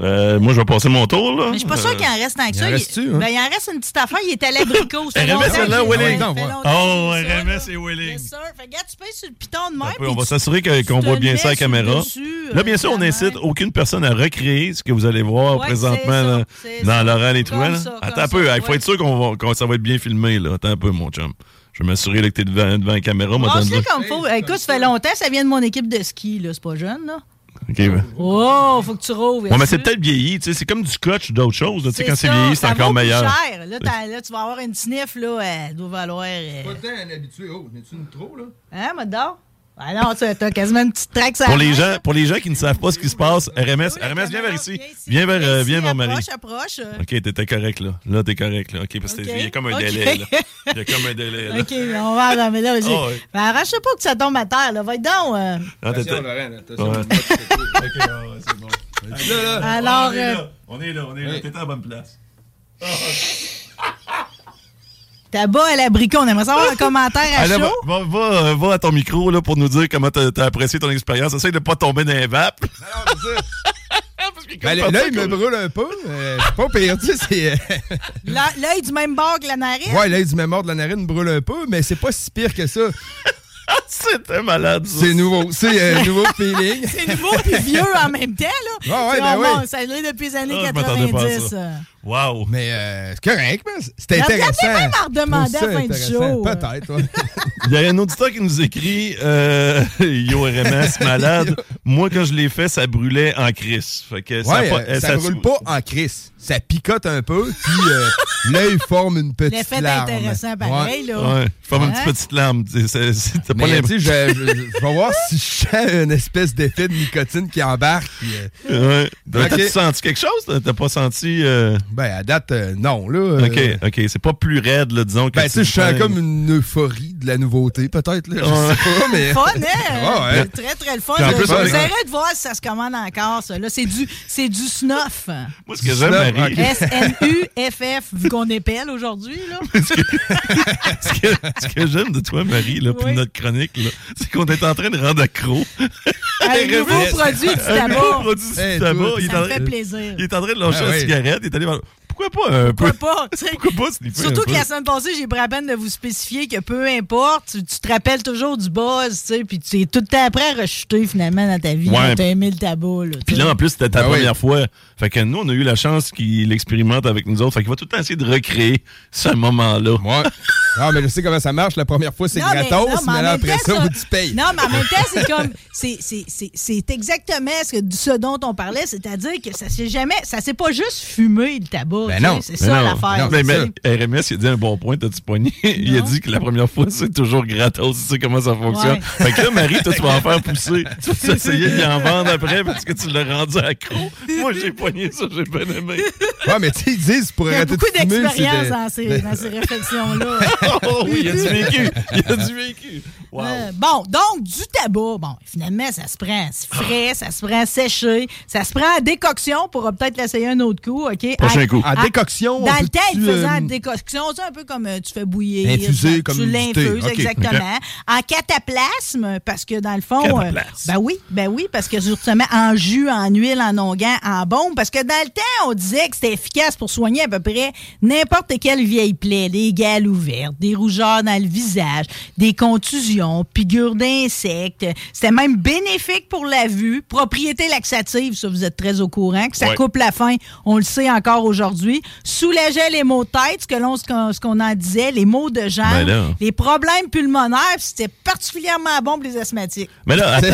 B: Euh, moi, je vais passer mon tour, là. Euh,
C: Mais je suis pas sûre qu'il en reste tant que
D: il en
C: ça.
D: reste-tu,
C: il...
D: hein?
C: Ben, il en reste une petite affaire. Il est à l'abricot. Ça fait
B: RMS,
C: longtemps
B: celle-là,
C: que j'ai-
B: Willing.
C: Ouais, ça fait
D: Ouais.
C: longtemps
B: Oh,
C: que j'ai ça,
B: RMS et
C: là.
B: Willing.
C: Yes, sir. Fait que, regarde, tu pèses sur le piton de même.
B: Après, on
C: puis
B: va
C: tu-
B: s'assurer que-
C: tu
B: qu'on
C: te
B: voit
C: le
B: bien
C: mets
B: ça à la
C: sur le
B: caméra.
C: dessus, euh,
B: Là, bien sûr, on
C: de la
B: incite
C: main.
B: aucune personne à recréer ce que vous allez voir
C: Ouais, c'est
B: présentement
C: ça,
B: là,
C: c'est ça.
B: dans Laurent et
C: Comme
B: Trouel.
C: ça, comme
B: Attends un peu, il
C: ça,
B: faut
C: ouais.
B: être sûr qu'on va- qu'on- ça va être bien filmé. Là. Attends un peu, mon chum. Je vais m'assurer là, que t'es devant, devant la caméra. moi, donne-le.
C: Brasse-le comme faut. Écoute, ça fait longtemps, ça vient de mon équipe de ski, là. C'est pas jeune, là.
B: OK, ben.
C: Oh, faut que tu rouvres.
B: Ouais, mais c'est peut-être vieilli. tu sais, C'est comme du scotch ou d'autres choses. là, tu sais, Quand c'est
C: ça,
B: vieilli, c'est
C: ça vaut
B: encore
C: plus
B: meilleur.
C: cher. Là, t'as- là, tu vas avoir une sniff, là. Elle doit valoir. euh,
D: Pas tant un habitué. Oh, n'es-tu une trop, là?
C: Hein, Mador? Ah non, tu as quasiment une petite traque sur
B: Pour
C: la
B: les,
C: main,
B: gens,
C: là.
B: pour les gens qui ne savent pas ce qui se passe, RMS,
C: la
B: RMS, viens vers
C: caméra,
B: ici.
C: ici.
B: Viens vers, euh,
C: Ici,
B: viens vers Marie.
C: Approche, approche.
B: OK, t'étais correct, là. Là, t'es correct, là. OK, parce que
C: OK.
B: il y a comme un
C: OK.
B: délai, là. Il y a comme un délai, là.
C: OK, on va en mais là. j'ai-
B: Ah ouais.
C: Ben, arrache pas que ça tombe à terre, là. Va être donc. euh.
B: Ah, t'étais-
D: Lorraine,
B: Ouais.
D: attention.
B: OK, ah ouais, c'est bon.
D: Là, là.
C: Alors,
B: Ah, on,
C: euh,
B: est là, on est là, on est là.
D: Oui.
B: T'étais à la bonne place.
C: tabac à l'abricot. On aimerait savoir un commentaire à
B: Allez,
C: chaud.
B: va, va- va, euh, va à ton micro là, pour nous dire comment t'as t'as apprécié ton expérience. Essaye de pas tomber dans les vapes.
D: Alors, je veux dire,
B: Parce que comme
D: ben,
B: ça,
D: Là, il
B: ça,
D: me
B: comme-
D: brûle un peu. euh, C'est pas pire, tu sais, c'est. euh,
C: Là, L'œil du même bord que la narine.
D: Ouais, l'œil du même ordre de la narine brûle un peu, mais c'est pas si pire que ça.
B: C'était malade. ça.
D: C'est nouveau. C'est un nouveau feeling.
C: C'est nouveau puis vieux en même temps, là.
D: Ah ouais,
C: C'est-
D: ben
C: on-
D: oui.
C: Ça l'est depuis les
B: Ah,
C: années
B: je m'attendais pas à
C: 90.
B: ça.
C: euh.
B: Wow.
D: Mais euh, c'est correct, mais c'est
C: Regardez
D: intéressant.
C: même en redemandant
D: Je trouve
C: à
D: ça
C: la fin du
D: intéressant.
C: show. hein.
D: Peut-être, ouais.
B: Il y a un auditeur qui nous écrit euh, Yo RMS, malade. Moi, quand je l'ai fait, ça brûlait en crise. Fait que ça, a
D: Ouais,
B: pas-
D: euh, ça,
B: a-
D: brûle pas en crise. Ça picote un peu, puis euh, l'œil forme une petite
C: L'effet
D: larme.
C: intéressant pareil,
D: Ouais.
C: là.
B: Ouais, je forme une
C: Hein?
B: petite petite larme. C'est- c'est- c'est- T'as pas
D: Mais
B: l'impression.
D: tu sais, je, je- je- je vais voir si je sens une espèce d'effet de nicotine qui embarque. puis, euh,
B: Ouais. T'as-tu
D: Ok.
B: senti quelque chose? T'as- T'as pas senti. euh,
D: ben, à date, euh, non, là. euh,
B: Ok, ok. C'est pas plus raide, là, disons. que
D: Ben, tu sais, je sens
B: prends-
D: comme une euphorie de la nouveauté, peut-être, là. Je
B: Ouais.
D: sais pas, mais.
C: Fun, hein?
D: Ouais, ouais.
C: C'est Très, très le fun.
B: Puis en
C: Je-
B: plus, on est-
C: J'essaierai de voir si ça se commande encore, ça. Là, c'est du, c'est du snuff.
B: Moi, ce que j'aime,
D: Snap,
B: Marie,
D: ok.
C: S-N-U-F-F, vu qu'on épelle aujourd'hui, là.
B: ce que, ce que j'aime de toi, Marie, là, puis
C: Oui.
B: de notre chronique, là, c'est qu'on est en train de rendre accro.
C: Un nouveau produit du
B: Un nouveau
C: tabac.
B: produit du
D: Hey,
B: tabac.
D: toi.
B: il, est
C: Oh. Ça
B: en
C: me
B: train,
C: fait plaisir.
B: il est en train de lâcher
D: Ah
B: la
D: oui.
B: cigarette. Il est allé voir. Pourquoi pas un peu?
C: Pourquoi pas? tu sais?
B: Pourquoi pas sniffer un
C: Surtout
B: peu?
C: que la semaine passée, j'ai pris la peine de vous spécifier que peu importe, tu, tu te rappelles toujours du buzz, tu sais, puis tu es tout le temps prêt à rechuter finalement dans ta vie.
B: Ouais.
C: quand T'as aimé le tabac, là. tu
B: Puis
C: sais.
B: là, en plus, c'était ta
D: Ah oui.
B: première fois. Fait que nous, on a eu la chance qu'il expérimente avec nous autres. Fait qu'il va tout le temps essayer de recréer ce moment-là.
D: Ouais. Ah, mais je sais comment ça marche. La première fois, c'est
C: Non, mais-
D: gratos,
C: non,
D: mais,
C: en
D: là,
C: même
D: après
C: temps,
D: ça, vous tu payes.
C: Non, mais en même temps, c'est comme. c'est- c'est- C'est c'est exactement ce, que, du- ce dont on parlait, c'est-à-dire que ça s'est jamais. Ça s'est pas juste fumé, le tabac.
D: Ben
C: tu sais,
D: non,
C: C'est
B: Mais
C: ça
B: non.
C: l'affaire.
B: Mais,
C: tu sais.
B: mais RMS, il a dit un bon point, t'as-tu poigné? Il a dit que la première fois, c'est toujours gratos, tu sais comment ça fonctionne.
C: Ouais.
B: Fait que là, Marie, toi, tu vas en faire pousser. Tu vas essayer d'y en vendre après parce que tu l'as rendu accro. Moi, j'ai poigné ça, j'ai bien aimé.
D: Ouais, mais tu sais, ils disent pour
C: Il y a
D: arrêter de
C: beaucoup
D: fumer.
C: d'expérience
D: c'est de-
C: dans ces, dans ces réflexions-là.
B: Oh oui, il a du vécu. Il a du vécu. Wow.
C: Euh, bon, donc, du tabac. Bon, finalement, ça se prend frais, ça se prend séché, ça se prend à décoction. On pourra peut-être l'essayer un autre coup, OK?
B: Prochain
C: À-
B: coup.
D: En décoction, on
C: Dans le
D: peut-tu,
C: temps, ils faisaient en
D: euh,
C: décoction. C'est un peu comme euh, tu fais bouillir.
D: Infuser
C: tu-
D: comme
C: Tu
D: du
C: l'infuses,
D: thé. Ok,
C: exactement. En cataplasme, parce que dans le fond... euh,
B: Cataplasme.
C: ben oui, ben oui, parce que justement, en jus, en huile, en onguent, en bombe, parce que dans le temps, on disait que c'était efficace pour soigner à peu près n'importe quelle vieille plaie, des gales ouvertes, des rougeurs dans le visage, des contusions, piqûres d'insectes. C'était même bénéfique pour la vue, propriété laxative, ça vous êtes très au courant, que ça
B: Ouais.
C: coupe coupe la faim, on le sait encore aujourd'hui, soulageait les maux de tête, ce que l'on ce qu'on ce qu'on en disait, les maux de
B: Ben
C: jambes,
B: là.
C: les problèmes pulmonaires, puis c'était particulièrement bon pour les asthmatiques.
B: Mais là, attends.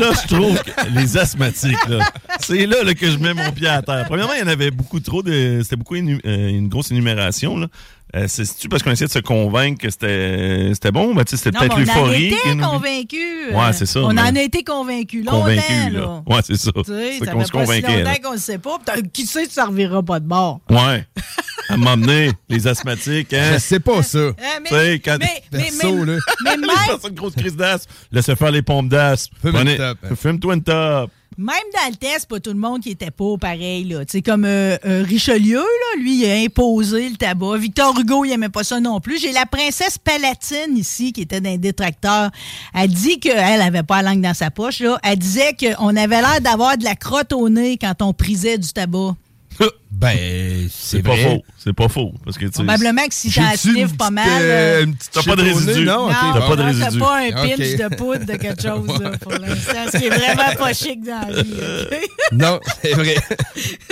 B: là, je trouve que les asthmatiques, là, c'est là, là, que je mets mon pied à terre. Premièrement, il y en avait beaucoup trop de. C'était beaucoup énu- euh, une grosse énumération, là. Euh, C'est-tu parce qu'on essayait de se convaincre que c'était c'était bon? Ben, tu sais, c'était
C: Non, mais
B: peut-être
C: on en
B: l'euphorie.
C: était
B: qui nous-
C: convaincus.
B: Ouais, c'est ça,
C: On
B: mais-
C: en a été convaincus longtemps.
B: Convaincus, là.
C: là.
B: Ouais, c'est ça.
C: Tu sais,
B: C'est
C: ça
B: qu'on
C: fait
B: se
C: pas si
B: convainquait.
C: longtemps
B: là.
C: qu'on le sait pas. Putain, Qui sait que ça reviendra pas de bord?
B: Ouais. À m'emmener, les asthmatiques, hein?
D: Je sais pas ça.
C: Hein, mais,
B: Tu sais, quand-
C: mais, mais,
D: Perso,
C: mais-
D: là.
C: mais
B: Les
C: même,
B: personnes grosses crises d'asthme. Laissez faire les pompes d'asthme.
D: Fume une
B: Prenez-
D: top. hein.
B: Fume-toi une top.
C: Même dans le test, pas tout le monde qui était pas pareil. Là. Tu sais, Comme euh, euh, Richelieu, là, lui, il a imposé le tabac. Victor Hugo, il aimait pas ça non plus. J'ai la princesse Palatine ici, qui était d'un détracteur. Elle dit qu'elle avait pas la langue dans sa poche. Là. Elle disait qu'on avait l'air d'avoir de la crotte au nez quand on prisait du tabac.
D: Ben,
B: C'est pas faux. C'est pas faux. Parce que, tu sais,
C: Probablement que si t'en
D: J'ai-tu une
C: sniffes pas
D: petite,
C: mal...
D: euh,
C: euh,
D: une petite
B: T'as pas de
D: chute au nez?
B: résidus.
D: Non, ok,
C: non,
B: t'as pas de
C: non,
B: résidu.
C: pas un pinch
D: Ok.
C: de poudre de quelque chose là, pour l'instant. Ce qui est vraiment pas chic dans la vie. ok?
D: Non, c'est vrai.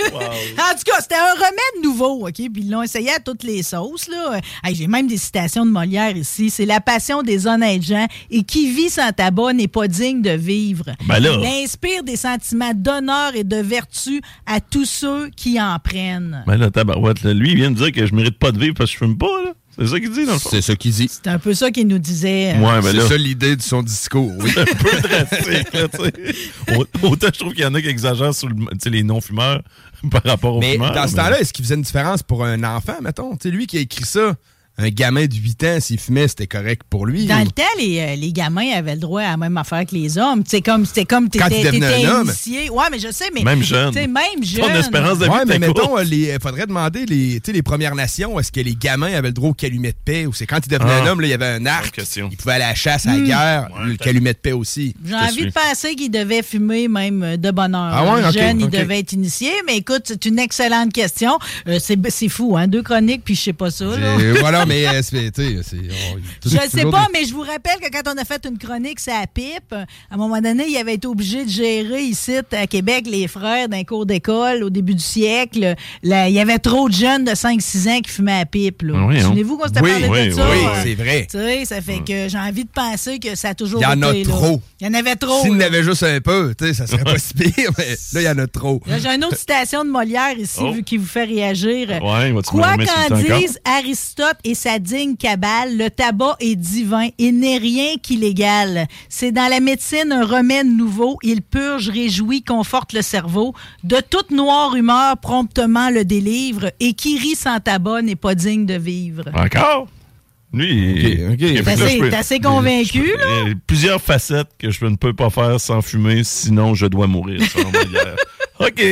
C: En tout cas, c'était un remède nouveau, OK? Puis ils l'ont essayé à toutes les sauces, là. Euh, hey, J'ai même des citations de Molière ici. C'est la passion des honnêtes gens et qui vit sans tabac n'est pas digne de vivre.
B: Ben là.
C: Il inspire des sentiments d'honneur et de vertu à tous ceux qui en prennent.
B: Ben là, tabarouette, là, lui, il vient de dire que je mérite pas de vivre parce que je fume pas, là. C'est ça qu'il dit, dans le fond.
D: C'est ça qu'il dit.
C: C'est un peu ça qu'il nous disait. euh,
B: Ouais, ben là,
D: C'est ça l'idée de son discours, oui.
B: un peu drastique, là, tu sais. Au- Autant je trouve qu'il y en a qui exagèrent sur le- tu sais, les non-fumeurs par rapport aux
D: Mais
B: fumeurs.
D: dans ce
B: mais-
D: temps-là, est-ce qu'il faisait une différence pour un enfant, mettons? Tu sais, lui qui a écrit ça, un gamin de 8 ans, s'il fumait, c'était correct pour lui.
C: Dans le temps, les, euh, les gamins avaient le droit à la même affaire que les hommes. C'est comme, c'était comme t'étais,
D: Quand ils devenaient
C: t'étais
D: un homme.
C: initié. Ouais, mais je sais, mais
B: Même jeune.
C: tu sais, même jeune.
B: Ton espérance de vie
D: Ouais, mais
B: était courte.
D: mettons, il faudrait demander les, tu sais, les Premières Nations, est-ce que les gamins avaient le droit au calumet de paix ou c'est quand ils devenaient
B: Ah.
D: un homme, là, il y avait un arc,
B: Bonne question.
D: il pouvait aller à la chasse,
C: Hmm.
D: à la guerre, le calumet de paix aussi.
C: J'ai
B: te
C: envie
B: suis.
C: de penser qu'il devait fumer même euh, de bonheur.
D: Ah ouais, ok,
C: jeune,
D: ok.
C: il devait être initié. Mais écoute, c'est une excellente question. Euh, c'est, c'est fou, hein? Deux chroniques, puis je sais pas ça. là.
D: Et voilà, mais euh, c'est. tu sais, c'est- on-
C: Je ne sais
D: toujours
C: pas,
D: des-
C: mais je vous rappelle que quand on a fait une chronique ça pipe, euh, à un moment donné, il avait été obligé de gérer ici à Québec les frères d'un cours d'école au début du siècle. Là, il y avait trop de jeunes de 5-6 ans qui fumaient à pipe. là.
B: Oui, hein.
C: Souvenez-vous qu'on s'était
D: Ah Oui,
C: parlé
B: oui,
C: de ça?
B: oui,
C: euh,
D: c'est vrai.
C: Tu sais, ça fait que j'ai envie de penser que ça a toujours
D: Il y en a
C: été, là.
D: trop.
C: Il y en avait trop.
D: S'il
C: là.
D: n'avait juste un peu, tu sais, ça serait pas si pire, mais là, il y en a trop.
C: Là, J'ai une autre citation de Molière ici
B: Oh.
C: vu qui vous fait réagir.
B: Ouais, vas-tu me
C: Quoi
B: remettre sur
C: qu'en
B: le temps encore?
C: disent Aristote et sa digne cabale, le tabac est divin et n'est rien qu'illégal. C'est dans la médecine un remède nouveau. Il purge, réjouit, conforte le cerveau. De toute noire humeur, promptement le délivre. Et qui rit sans tabac n'est pas digne de vivre.
B: Encore? Lui,
D: Ok, ok.
B: il-
C: T'es
B: là, je
C: assez,
B: peux-
C: t'es assez convaincu, là?
B: Il y a plusieurs facettes que je ne peux pas faire sans fumer, sinon je dois mourir. selon Molière. OK.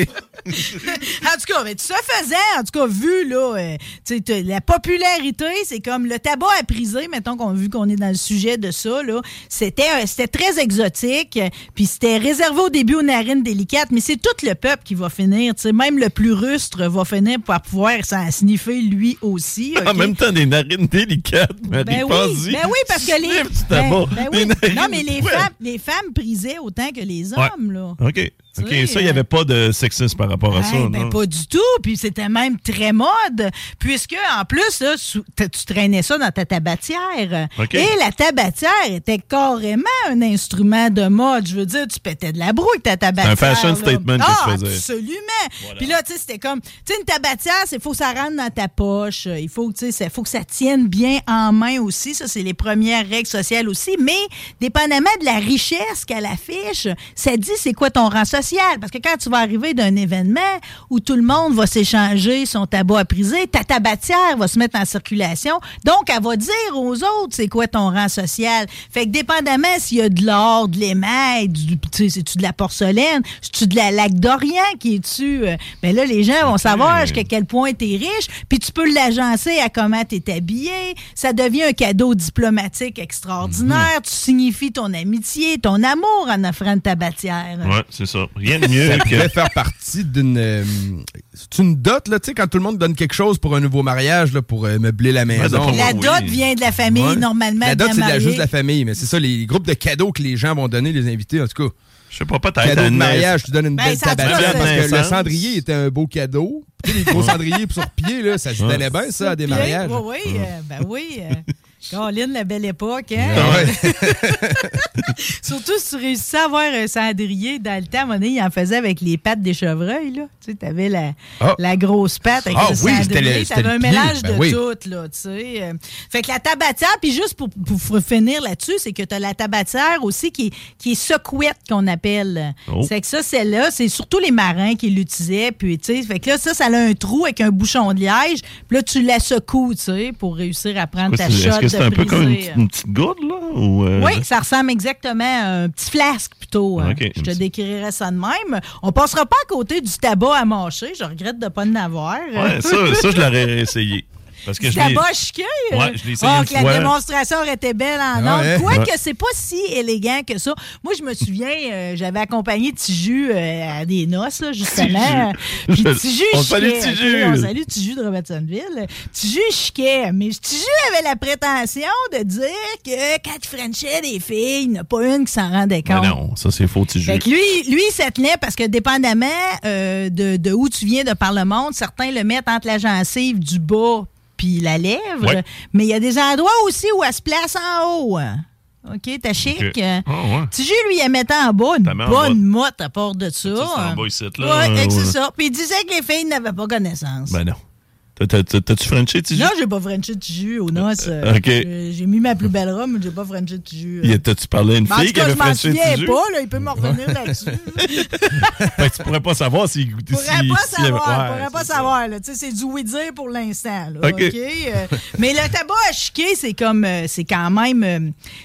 C: En tout cas, mais ça faisait, en tout cas, vu là, euh, tu sais, t'as- la popularité, c'est comme le tabac à priser, mettons qu'on vu qu'on est dans le sujet de ça, là, c'était euh, c'était très exotique, euh, puis c'était réservé au début aux narines délicates, mais c'est tout le peuple qui va finir, tu sais, même le plus rustre va finir par pouvoir s'en sniffer lui aussi.
B: En
C: ok?
B: même temps, des narines délicates, Marie,
C: Ben oui,
B: pense-y.
C: ben oui, parce que les,
B: Sniff du
C: ben-
B: tabac.
C: ben oui.
B: Des narines-
C: non mais les
B: Ouais.
C: femmes, les femmes prisaient autant que les
B: Ouais.
C: hommes là.
B: OK.
C: Tu
B: OK,
C: sais,
B: ça, il n'y
C: euh,
B: avait pas de sexisme par rapport à ça.
C: Eh ben,
B: non?
C: pas du tout. Puis c'était même très mode. Puisque, en plus, là, sous- t- tu traînais ça dans ta tabatière.
B: OK.
C: Et la tabatière était carrément un instrument de mode. Je veux dire, tu pétais de la brouille avec ta tabatière.
B: fashion
C: là.
B: statement que
C: ah,
B: tu faisais.
C: Absolument. Puis là, tu sais, c'était comme. Tu sais, une tabatière, il faut que ça rentre dans ta poche. Euh, Il faut, que, tu sais, ça- faut que ça tienne bien en main aussi. Ça, c'est les premières règles sociales aussi. Mais, dépendamment de la richesse qu'elle affiche, ça dit c'est quoi ton rang social. Parce que quand tu vas arriver d'un événement où tout le monde va s'échanger son tabac à priser, ta tabatière va se mettre en circulation. Donc, elle va dire aux autres c'est quoi ton rang social. Fait que, dépendamment s'il y a de l'or, de l'émail, du- tu sais, c'est-tu de la porcelaine, c'est-tu de la laque d'Orient qui est tu Mais là, les gens vont savoir jusqu'à quel point tu es riche, puis tu peux l'agencer à comment tu es habillé. Ça devient un cadeau diplomatique
D: Mhm.
C: extraordinaire. Tu signifies ton amitié, ton amour en offrant une tabatière.
B: Ouais, c'est ça. Rien de mieux
D: Ça pourrait
B: que.
D: faire partie d'une. euh, c'est une dot, là, tu sais, quand tout le monde donne quelque chose pour un nouveau mariage, là, pour euh, meubler la maison.
B: d'accord.
C: La
B: Oui.
C: dot vient de la famille,
D: Ouais.
C: normalement.
D: La
C: de
D: dot, c'est de la-
C: mariée.
D: juste de la famille, mais c'est ça, les groupes de cadeaux que les gens vont donner, les invités, en tout cas.
B: Je sais pas, peut-être
D: Cadeau de
B: un
D: mariage, tu donnes une
C: Ben,
D: belle
C: ça, en tout cas,
D: tabatière
C: c'est-
D: parce que le
B: Naissance.
D: cendrier était un beau cadeau. Tu sais, les gros cendriers sur pied, là, ça se
B: Ouais.
D: donnait bien, ça, à des
C: Bien,
D: mariages.
C: Oui, oui, euh, ben oui. euh, Caroline, la belle époque. Hein?
D: Ouais.
C: Surtout si tu réussissais à avoir un cendrier dans le temps, à un moment donné, il en faisait avec les pattes des chevreuils. Là. Tu sais, t'avais la,
D: Ah.
C: la grosse patte avec
D: Ah
C: le
D: oui, c'était le-
C: cendrier.
D: c'était
C: T'avais
D: le
C: un
D: pied,
C: mélange
D: ben
C: de
D: oui.
C: tout. Là, tu sais. Euh, Fait que la tabatière, puis juste pour, pour finir là-dessus, c'est que t'as la tabatière aussi qui est, qui est secouette qu'on appelle.
B: Oh.
C: C'est que ça, celle-là, c'est surtout les marins qui l'utilisaient. Puis, tu sais, fait que là, ça, ça a un trou avec un bouchon de liège. Puis là, tu la secoues, tu sais, pour réussir à prendre ta shot
B: Est-ce que c'est
C: de
B: un peu comme une,
C: brisée.
B: petite- une petite gourde, là? Ou, euh,
C: Oui, ça ressemble exactement à un petit flasque plutôt. hein.
B: Ok.
C: Je te décrirais ça de même. On passera pas à côté du tabac à mâcher. Je regrette de ne pas en avoir.
B: Ouais, ça, ça, je l'aurais essayé. Parce que
C: Du
B: je l'ai-
C: tabac chiqué.
B: Ouais, je l'ai essayé
C: Ah,
B: une
C: que
B: fois.
C: la démonstration aurait été belle en
D: Ah,
C: or.
D: hein?
C: Quoique,
B: Ouais.
C: c'est pas si élégant que ça. Moi, je me souviens, euh, j'avais accompagné Tiju euh, à des noces, là, justement. Puis
B: Je-
C: Tiju
B: on salue
C: chiquait,
B: Tiju.
C: tu sais, On salue Tiju de Robertsonville. Tiju chiquait. Mais Tiju avait la prétention de dire que quand il frenchait des filles, il n'y en a pas une qui s'en rendait
B: Mais
C: compte.
B: Ben non, ça, c'est faux, tu
C: Fait que lui, lui, ça tenait parce que dépendamment euh, de, de où tu viens de par le monde, certains le mettent entre la gencive du bas puis la lèvre.
B: Ouais.
C: Mais il y a des endroits aussi où elle se place en haut. OK, t'as chic.
B: Ok. Ah ouais.
C: Tiju, lui, il mettait en bas une
B: T'as mis en
C: bonne motte à part de ça.
B: c'est en bas ici, là.
C: Ouais, fait que
B: Ouais.
C: c'est ça. Puis il disait que les filles n'avaient pas connaissance.
B: Ben non. T'as- t'as- t'as- T'as-tu Frenché, tu
C: non, j'ai pas Frenché Tiju au noces.
B: Euh, ok.
C: J'ai- J'ai mis ma plus belle robe, mais j'ai pas Frenché Tiju.
B: Il y a- T'as-tu parlé à une
C: Mais Ben, en
B: fille qui
C: tout cas,
B: avait
C: je m'en
B: Frenché
C: souviens
B: du jeu?
C: pas. Là, il peut me revenir là-dessus.
B: Fait que tu pourrais pas savoir s'il goûtait.
C: pourrait
B: s'il-
C: pas
B: s'il avait-
C: savoir,
B: Ouais,
C: pourrait pas
B: c'est ça.
C: savoir. là. Tu sais, c'est du oui-dire pour l'instant. là,
B: OK.
C: OK? Euh, mais le tabac à chiquer, c'est comme, euh, c'est quand même, euh,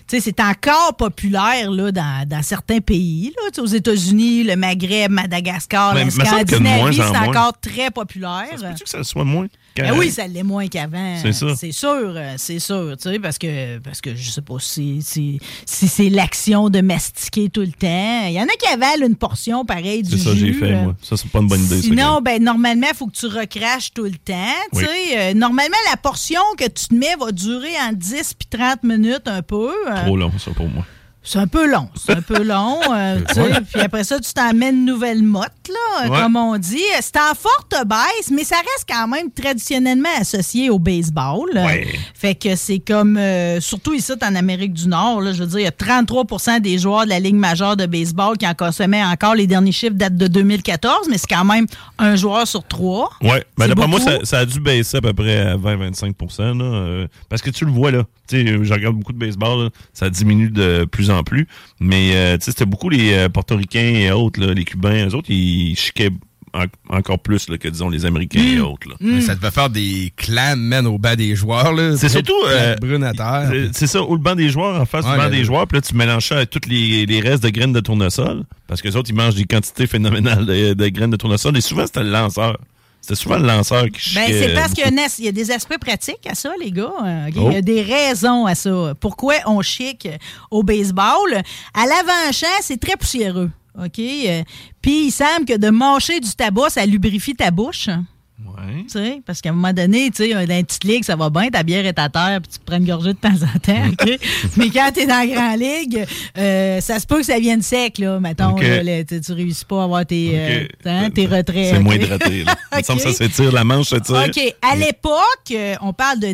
C: tu sais, c'est encore populaire là, dans, dans certains pays. Là, Tu sais, aux États-Unis, le Maghreb, Madagascar,
B: Mais
C: la
B: me semble que de moins
C: Scandinavie,
B: en
C: c'est
B: moins.
C: encore très populaire.
B: Peux-tu que ça soit moins?
C: Ben oui, ça l'est moins qu'avant.
B: C'est ça.
C: sûr, euh, c'est sûr, tu sais, parce que, parce que je sais pas si, si, si c'est l'action de mastiquer tout le temps. Il y en a qui avalent une portion pareille du
B: C'est
C: jus.
B: ça que j'ai fait,
C: là.
B: moi. Ça, c'est pas une bonne idée. ça,
C: Sinon,
B: Karen.
C: ben, normalement, il faut que tu recraches tout le temps. tu
B: Oui.
C: sais. Euh, normalement, la portion que tu te mets va durer en 10 puis 30 minutes un peu. Euh,
B: Trop long, ça, pour moi.
C: c'est un peu long, c'est un peu long. euh, tu sais, Puis après ça, tu t'emmènes une nouvelle motte, là, euh,
B: Ouais.
C: comme on dit. Euh, C'est en forte baisse, mais ça reste quand même traditionnellement associé au baseball. Euh,
B: Ouais.
C: Fait que c'est comme, euh, surtout ici en Amérique du Nord, là, je veux dire, il y a 33 des joueurs de la Ligue majeure de baseball qui en consommaient encore. Les derniers chiffres datent de 2014, mais c'est quand même un joueur sur trois.
B: Ouais, ben
C: C'est
B: d'après moi,
C: beaucoup.
B: ça, ça a dû baisser à peu près à 20-25 là, euh, Parce que tu le vois, là. Tu sais, je regarde beaucoup de baseball, là, ça diminue de plus en plus. Mais, euh, tu sais, c'était beaucoup les euh, Portoricains et autres, là, les Cubains, eux autres, ils chiquaient en- encore plus là, que, disons, les Américains
C: Hmm.
B: et autres, là.
D: Mais Ça devait faire des clams, man, au bas des joueurs. là.
B: C'est surtout, euh,
D: brune à terre.
B: C'est- C'est ça, ou le banc des joueurs, en face
D: Ouais,
B: du banc
D: le-
B: des joueurs, puis là, tu mélanges ça à tous les, les restes de graines de tournesol, parce que les autres, ils mangent des quantités phénoménales de, de graines de tournesol, et souvent, c'était le lanceur. C'était souvent le lanceur qui
C: Ben,
B: chiquait,
C: c'est
B: euh,
C: parce
B: Oh.
C: qu'il y, a un as- il y a des aspects pratiques à ça, les gars. Euh, ok? Il y a des raisons à ça. Pourquoi on chic euh, au baseball? À l'avant-champ, c'est très poussiéreux. OK? Euh, Puis il semble que de mâcher du tabac, ça lubrifie ta bouche. hein,
B: Ouais.
C: Tu sais, parce qu'à un moment donné, tu sais, dans une petite ligue, ça va bien, ta bière est à terre, puis tu prends une gorgée de temps en temps, OK? Mais quand t'es dans la grande ligue, euh, ça se peut que ça vienne sec, là, mettons.
B: OK.
C: là, le- tu tu réussis pas à avoir tes, euh,
B: Ok.
C: hein, tes retraits.
B: C'est moins
C: OK?
B: hydraté. Là. Il me semble que ça
C: Ok.
B: s'étire, la manche s'étire.
C: OK. À l'époque, euh, on parle de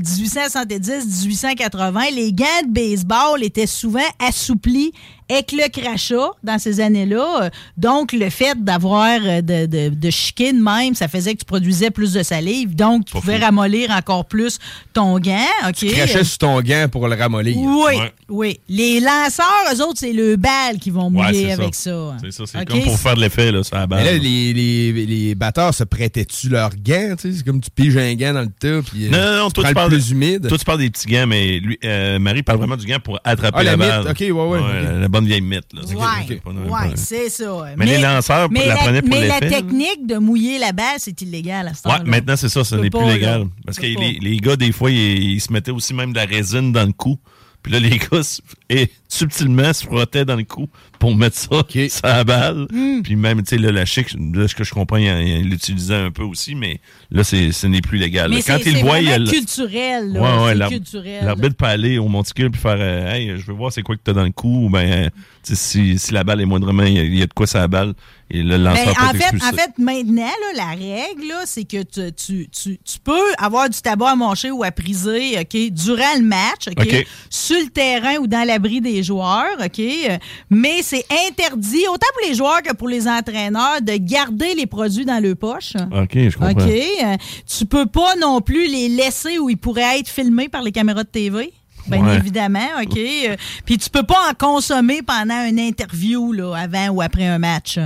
C: 1870-1880, les gants de baseball étaient souvent assouplis avec le crachat dans ces années-là. Euh, Donc, le fait d'avoir euh, de, de, de chiquer de même, ça faisait que tu produisais plus de salive. Donc, tu pouvais
B: fou.
C: ramollir encore plus ton gant. OK.
D: Tu crachais sur ton gant pour le ramollir.
C: Oui,
B: Ouais.
C: oui. Les lanceurs, eux autres, c'est le bal qui vont
B: Ouais,
C: mouiller
B: c'est
C: avec
B: ça.
C: ça.
B: C'est ça, c'est
C: OK?
B: comme pour faire de l'effet, là, ça
D: Mais
B: balle.
D: là, les, les, les batteurs se prêtaient-tu leurs gants? tu sais? C'est comme tu piges un gant dans le tas, puis euh,
B: Non, non, non,
D: tu
B: toi,
D: prends
B: tu
D: le
B: parles,
D: plus humide.
B: toi, tu parles des petits gants, mais lui, euh, Marie parle vraiment du gant pour attraper
D: Ah, la
B: balle.
D: mythe, ok, ouais, ouais, ok.
B: La, la bonne vieille mythe. Là.
C: Ouais,
B: Ok, ok.
C: ouais, c'est ça.
B: Mais les lanceurs,
C: mais
B: la prenaient pour
C: Mais la
B: l'effet, là.
C: technique de mouiller la balle, c'est illégal à ce
B: Ouais,
C: temps-là.
B: maintenant, c'est ça, ce
C: Tu
B: n'est
C: peux
B: plus
C: Ah, pas,
B: légal.
C: là.
B: Parce
C: Tu
B: que
C: peux
B: les,
C: pas.
B: les gars, des fois, ils, ils se mettaient aussi même de la résine dans le cou. Puis là, les gars, se- et, subtilement, se frottaient dans le cou pour mettre ça, ça à balle.
C: Hmm.
B: Puis même, tu sais, là, la chic, là, ce que je comprends, il, il l'utilisait un peu aussi, mais là, c'est, ce n'est plus légal.
C: Mais
B: Quand
C: c'est-
B: il le
C: c'est
B: voit, il y a
C: vraiment
B: le-
C: culturel. là.
B: Ouais, ouais,
C: c'est
B: l'arb-
C: culturel.
B: L'arbitre peut aller au monticule puis faire euh, Hey, je veux voir c'est quoi que t'as dans le cou. Ou Ben, euh, tu sais, si, si la balle est moindrement, il y a- il y, a de quoi ça la balle. Et le lanceur
C: Ben,
B: peut
C: en, fait,
B: t'expulser.
C: en fait, maintenant, là, la règle, là, c'est que tu, tu- tu- tu peux avoir du tabac à mâcher ou à priser ok, durant le match, ok,
B: Ok.
C: sur le terrain ou dans l'abri des joueurs, ok, euh, mais c'est interdit, autant pour les joueurs que pour les entraîneurs, de garder les produits dans leur poche.
B: OK, je comprends.
C: OK. Euh, tu peux pas non plus les laisser où ils pourraient être filmés par les caméras de TV. Bien
B: Ouais.
C: évidemment, OK. Euh, Puis tu peux pas en consommer pendant une interview, là, avant ou après un match.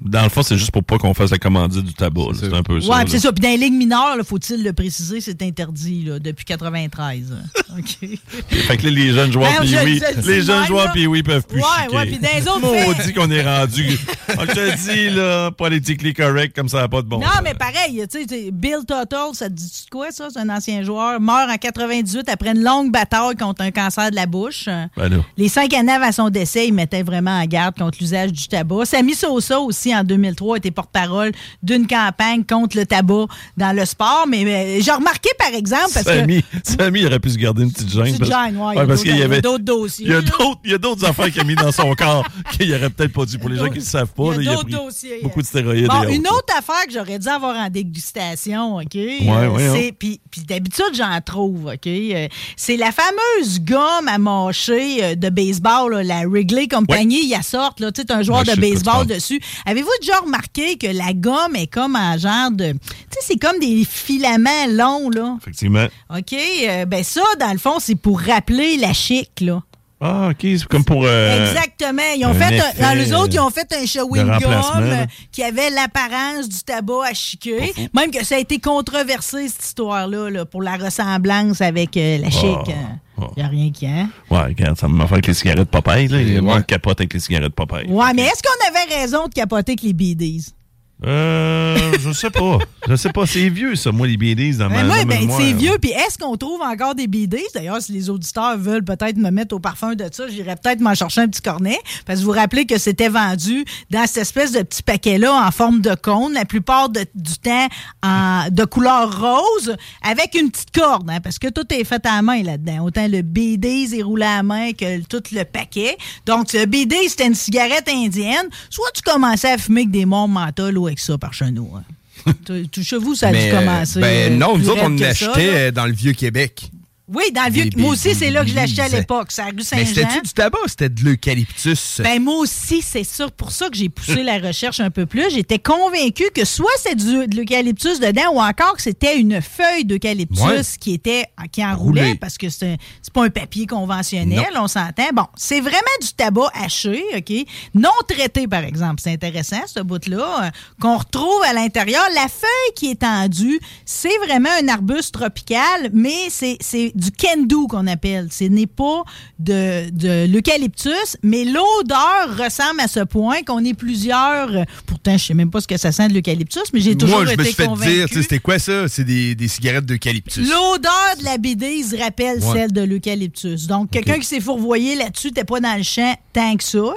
B: Dans le fond, c'est juste pour pas qu'on fasse la commandite du tabac. là. C'est un peu ça.
C: ouais,
B: là.
C: puis c'est ça. Puis dans les ligues mineures, là, faut-il le préciser, c'est interdit, là, depuis 93. OK.
B: Fait que là, les jeunes joueurs
C: Ben,
B: puis
C: je-
B: oui,
C: je le dis
B: les
C: de
B: jeunes
C: même,
B: joueurs
C: là.
B: puis oui peuvent plus
C: Ouais,
B: chiquer.
C: ouais, puis dans les autres
B: Maudit
C: pays-
B: qu'on est rendu. On te dit là, politically correct comme ça a pas de bon.
C: non,
B: sens.
C: mais pareil, tu sais, tu sais, Bill Tuttle, ça te dit de quoi, ça? C'est un ancien joueur, meurt en 98 après une longue bataille contre un cancer de la bouche.
B: Ben là.
C: Les cinq années avant son décès, il mettait vraiment en garde contre l'usage du tabac. Samy Sosa aussi, en 2003, était porte-parole d'une campagne contre le tabac dans le sport. Mais, euh, j'ai remarqué, par exemple, parce que...
B: Samy, Samy, il aurait pu se garder une petite gêne.
C: Petite gêne, ouais, il y a
B: parce
C: d'autres-
B: qu'il y
C: il y a
B: avait
C: d'autres dossiers,
B: Il y a
C: là.
B: d'autres, il y a d'autres affaires qu'il a mis dans son corps qu'il aurait peut-être pas dû. Pour les gens qui ne savent pas, là,
C: il y a
B: pris
C: d'autres dossiers. hein. euh.
B: beaucoup de stéroïdes.
C: Bon,
B: et
C: une
B: autres.
C: autre affaire que j'aurais dû avoir en dégustation, OK? Euh,
B: ouais,
C: c'est- Puis puis d'habitude, j'en trouve, OK? Euh, C'est la fameuse gomme à mâcher euh, de baseball, là, la Wrigley Company, il y a sorte, là, tu sais, t'as un joueur
B: Ouais, je
C: de
B: sais de quoi tu
C: baseball
B: parles.
C: dessus. Avez-vous déjà remarqué que la gomme est comme un genre de... Tu sais, c'est comme des filaments longs, là.
B: Effectivement.
C: OK? Euh, ben ça, dans le fond, c'est pour rappeler la chic, là.
B: Ah, OK. C'est comme pour. euh,
C: Exactement. Ils ont
B: un
C: fait
B: effet,
C: un, dans les autres, ils ont fait un
B: de
C: chewing-gum
B: remplacement, là.
C: euh, qui avait l'apparence du tabac à chiquer. Même que ça a été controversé, cette histoire-là, là, pour la ressemblance avec euh,
B: Ah.
C: la chic. Il
B: oh.
C: n'y a rien qui hein?
B: Ouais, regarde, ça m'a fait avec les cigarettes Popeye. Là. Il y a moins de capote avec les cigarettes Popeye.
C: Ouais, mais est-ce qu'on avait raison de capoter avec les BDs?
B: Euh, je sais pas. Je sais pas, c'est vieux, ça, moi, les BDs dans ma,
C: Ben, moi,
B: dans ma
C: ben,
B: mémoire.
C: c'est vieux. Puis est-ce qu'on trouve encore des BD? D'ailleurs, si les auditeurs veulent peut-être me mettre au parfum de ça, j'irai peut-être m'en chercher un petit cornet. Parce que vous vous rappelez que c'était vendu dans cette espèce de petit paquet-là en forme de cône, la plupart de- du temps en- de couleur rose, avec une petite corde. hein, parce que tout est fait à la main là-dedans. Autant le BD est roulé à la main que le- tout le paquet. Donc, le BD, c'était une cigarette indienne. Soit tu commençais à fumer avec des morts mentales ou avec ça par chez nous. hein. Tou- tou- Chez vous, ça a
D: Mais,
C: dû
D: euh,
C: commencer.
D: Ben
C: euh,
D: non,
C: plus
D: nous autres,
C: raide
D: on
C: que ça,
D: l'achetait
C: là.
D: euh, dans le vieux Québec.
C: Oui, dans le vieux.
D: Des
C: Moi aussi, c'est là que je l'achetais à
D: Baileys.
C: l'époque. C'est la rue
D: Mais
C: Saint-Jean.
D: c'était-tu du tabac ou c'était de l'eucalyptus?
C: Ben moi aussi, c'est ça. Pour ça que j'ai poussé la recherche un peu plus. J'étais convaincue que soit c'est du, de l'eucalyptus dedans ou encore que c'était une feuille d'eucalyptus
D: Ouais.
C: qui était qui enroulait
D: Roulée.
C: parce que c'est un- c'est pas un papier conventionnel, on s'entend. Bon, c'est vraiment du tabac haché, OK? Non traité, par exemple. C'est intéressant, ce bout-là, euh, qu'on retrouve à l'intérieur. La feuille qui est tendue, c'est vraiment un arbuste tropical, mais c'est c'est du kendu qu'on appelle. Ce n'est pas de, de l'eucalyptus, mais l'odeur ressemble à ce point qu'on est plusieurs. euh, Pourtant, je sais même pas ce que ça sent de l'eucalyptus, mais j'ai toujours
D: Moi, je
C: été
D: me suis fait dire, tu sais,
C: convaincue.
D: c'était quoi ça? C'est des, des cigarettes d'eucalyptus.
C: L'odeur de la bidise rappelle
D: Ouais.
C: celle de l'eucalyptus. Donc, quelqu'un qui s'est fourvoyé là-dessus, t'es pas dans le champ tant que ça. là.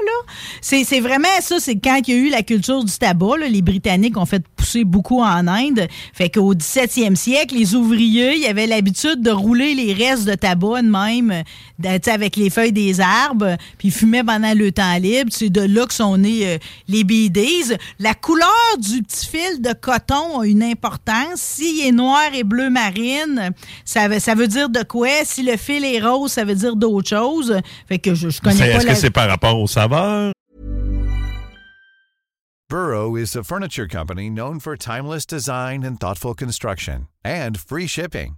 C: C'est c'est vraiment ça, c'est quand il y a eu la culture du tabac. là, les Britanniques ont fait pousser beaucoup en Inde. Fait qu'au 17e siècle, les ouvriers, ils avaient l'habitude de rouler les restes de tabac de même, euh, de- tu sais, avec les feuilles des arbres, puis ils fumaient pendant le temps libre. C'est de là que sont nés euh, les bidise. La couleur du petit fil de coton a une importance. S'il est noir et bleu marine, ça, veut- ça veut dire de quoi? Si le fil est rose, ça veut dire d'autres choses. Fait que je, je connais
B: C'est-
C: pas
B: Est-ce
C: la...
B: que c'est par rapport aux saveurs?
E: Burrow is a furniture company known for timeless design and thoughtful construction and free shipping,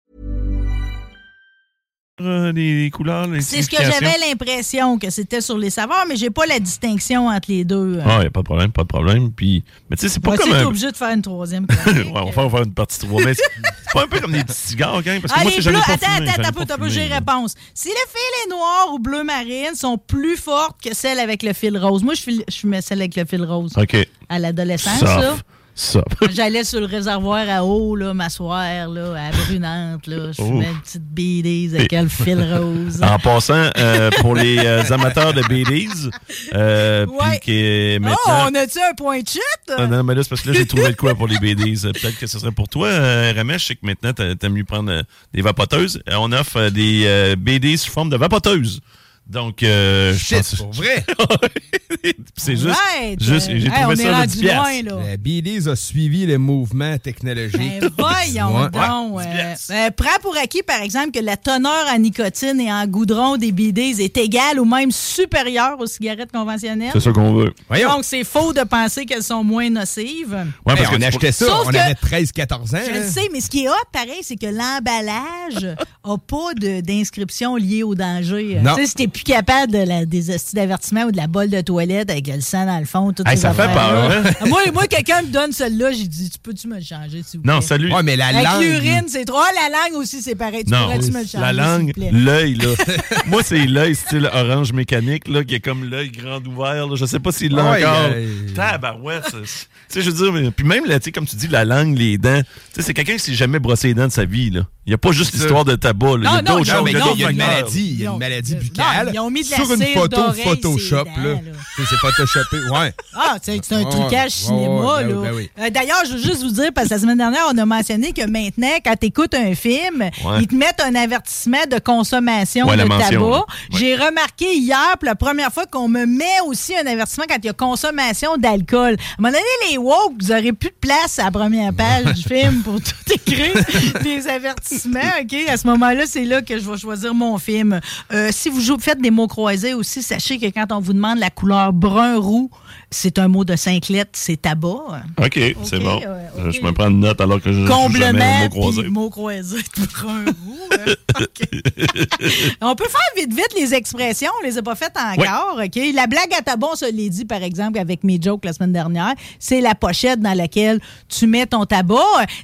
B: euh, les, les couleurs, les
C: C'est ce que
B: significations?
C: j'avais l'impression que c'était sur les saveurs, mais j'ai pas la distinction entre les deux.
B: Ah, y a pas de problème, pas de problème. Puis, mais tu sais, c'est pas
C: Bah, tu
B: comme
C: sais, t'es
B: un...
C: obligé de faire une troisième.
B: Ouais, on va faire une partie 3, mais c'est c'est pas un peu comme des petits cigares, quand même, parce que
C: Ah,
B: moi,
C: les
B: c'est jamais
C: bleus-
B: pas
C: attends,
B: fumé,
C: attends,
B: j'en ai
C: t'as
B: pas
C: peu, t'as peu,
B: fumé,
C: j'ai
B: là.
C: réponse. Si le fil est noir ou bleu marine, sont plus fortes que celles avec le fil rose. Moi, je fil- je fumais celle avec le fil rose.
B: OK.
C: À l'adolescence, là.
B: Sauf. Sauf.
C: J'allais sur le réservoir à eau, là, m'asseoir, là, à Brunante, là. Je
B: Ouf.
C: fumais une petite BDs avec le fil rose.
B: En passant, euh, pour les euh, amateurs de BDs, euh,
C: Ouais.
B: puis qui est
C: Oh,
B: maintenant...
C: on a-tu un point de chute?
B: Ah non, mais là, c'est parce que là, j'ai trouvé de quoi pour les BDs. Euh, Peut-être que ce serait pour toi, euh, Ramesh. Je sais que maintenant, t'a- t'aimes mieux prendre euh, des vapoteuses. Euh, On offre euh, des euh, BD sous forme de vapoteuses. Donc, euh, je
D: Shit,
B: pense...
D: pour vrai.
B: c'est juste...
C: Right.
B: juste j'ai
C: Hey,
B: trouvé
C: on est
B: ça de
C: rendu
B: 10 piastres.
C: loin, là.
D: La BD's a suivi les mouvements technologiques.
C: Ben voyons
D: Ouais.
C: donc.
B: Ouais,
C: euh,
B: dix piastres.
C: euh, prends pour acquis, par exemple, que la teneur en nicotine et en goudron des BDs est égale ou même supérieure aux cigarettes conventionnelles.
B: C'est ça qu'on veut.
D: Voyons.
C: Donc, c'est faux de penser qu'elles sont moins nocives.
B: Ouais,
D: Hey, on
B: tu-
D: achetait ça,
C: Sauf
D: on
C: que-
D: avait 13-14 ans.
C: Je
D: hein.
C: le sais, mais ce qui est hot, pareil, c'est que l'emballage n'a pas de- d'inscription liée au danger.
D: Non.
C: Tu sais, si t'es plus capable de la, des hosties d'avertissement ou de la bolle de toilette avec le sang dans le fond, tout
B: Hey, ça fait peur, hein?
C: Moi, moi quelqu'un me donne celle-là, j'ai dit, tu peux-tu me le changer, s'il vous
B: Non,
C: plaît?
B: salut.
D: Ouais, mais la
C: Avec
D: langue.
C: l'urine, c'est trop. Ah, la langue aussi, c'est pareil. Tu
B: Non,
C: pourrais-tu me le changer,
B: la langue,
C: s'il vous plaît?
B: l'œil, là. Moi, c'est l'œil style orange mécanique, là, qui est comme l'œil grand ouvert, là. Je sais pas s'il l'a
D: Ouais,
B: encore.
D: euh,
B: Tabarouette, ça, c'est- Tu sais, je veux dire, mais- puis même, là, tu sais, comme tu dis, la langue, les dents. Tu sais, c'est quelqu'un qui s'est jamais brossé les dents de sa vie, là. Il n'y a pas juste l'histoire de tabac, là. Il y a
C: Non, non,
B: d'autres
D: Non,
B: choses.
D: mais
B: il y a
D: non,
B: d'autres
D: il y a une
B: facteurs.
D: maladie, il y a
C: Non,
D: une maladie
C: non,
D: buccale. dents,
C: Ils ont mis de la
D: sur une
C: cire
D: photo
C: d'oreille,
D: Photoshop,
C: ses dents,
D: là.
C: là.
D: Tu sais, C'est photoshopé, ouais.
C: Ah, c'est c'est un
D: Ouais, ouais,
C: trucage cinéma,
D: ouais, ben
C: là.
D: oui, ben oui.
C: Euh, D'ailleurs, je veux juste vous dire, parce que la semaine dernière, on a mentionné que maintenant, quand tu écoutes un film, ils te mettent un avertissement de consommation
B: Ouais,
C: de
B: la
C: tabac.
B: mention, là. Ouais.
C: J'ai remarqué hier, pour la première fois, qu'on me met aussi un avertissement quand il y a consommation d'alcool. À un moment donné, les woke, vous aurez plus de place à la première page du film pour tout écrire, des avertissements, OK? À ce moment-là, c'est là que je vais choisir mon film. Euh, si vous jou- faites des mots croisés aussi, sachez que quand on vous demande la couleur brun-roux, c'est un mot de cinq lettres, c'est tabac.
B: OK, c'est bon.
C: ouais,
B: Euh,
C: ok.
B: Je me prends une note alors que je ne Euh, jamais
C: Comblement,
B: mot croisé.
C: puis mot croisé, brun-roux. hein? OK. on peut faire vite, vite les expressions, on les a pas faites encore, OK? La blague à tabac, on se l'est dit, par exemple, avec mes jokes la semaine dernière, c'est la pochette dans laquelle tu mets ton tabac.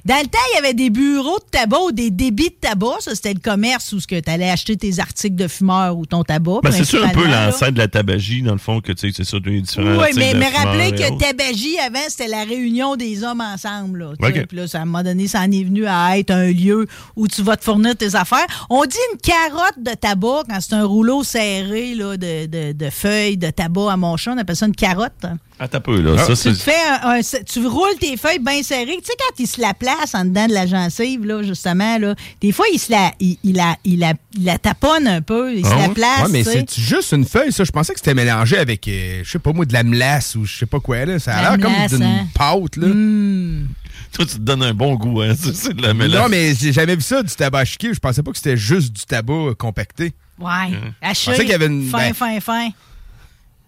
C: Dans le temps, il y avait des bureaux de tabac ou des débits de tabac, ça, c'était le commerce où tu allais acheter tes articles de fumeur ou ton tabac,
B: Ben, c'est ça un peu
C: principalement, là.
B: l'ancêtre de la tabagie, dans le fond, que tu sais, c'est ça, des différents.
C: Oui,
B: articles
C: mais,
B: de
C: mais
B: fumeurs
C: rappelez
B: et
C: que
B: autres.
C: Tabagie, avant, c'était la réunion des hommes ensemble. Là, tu sais.
B: Ok.
C: Puis là, ça, à un moment donné, ça en est venu à être un lieu où tu vas te fournir tes affaires. On dit une carotte de tabac quand c'est un rouleau serré là, de, de- de feuilles de tabac à mon chat. On appelle ça une carotte.
B: Attends un Ah, peu, là. ça,
C: Ah, Tu,
B: c'est.
C: te fais un- un- tu roules tes feuilles bien serrées. Tu sais, quand ils se la placent en dedans de la gencive, là, justement, là, des fois, ils se la, il, il la, il la, il la taponnent un peu. Ils
B: Ah
C: se
B: ouais?
C: la placent.
D: ouais, mais
C: tu sais.
D: c'est juste une feuille, ça. Je pensais que c'était mélangé avec, euh, je sais pas moi, de la melasse ou je sais pas quoi, là. Ça
C: La
D: a l'air
C: melasse,
D: comme d'une
C: hein?
D: pâte, là.
B: Toi, tu te donnes un bon goût, hein. C'est c'est de la mélange.
D: Non, mais j'ai jamais vu ça, du tabac chiqué. Je pensais pas que c'était juste du tabac euh, compacté.
B: Hein?
C: Ouais. La cheville,
D: qu'il y avait une-
C: Fin,
D: ben-
C: fin, fin.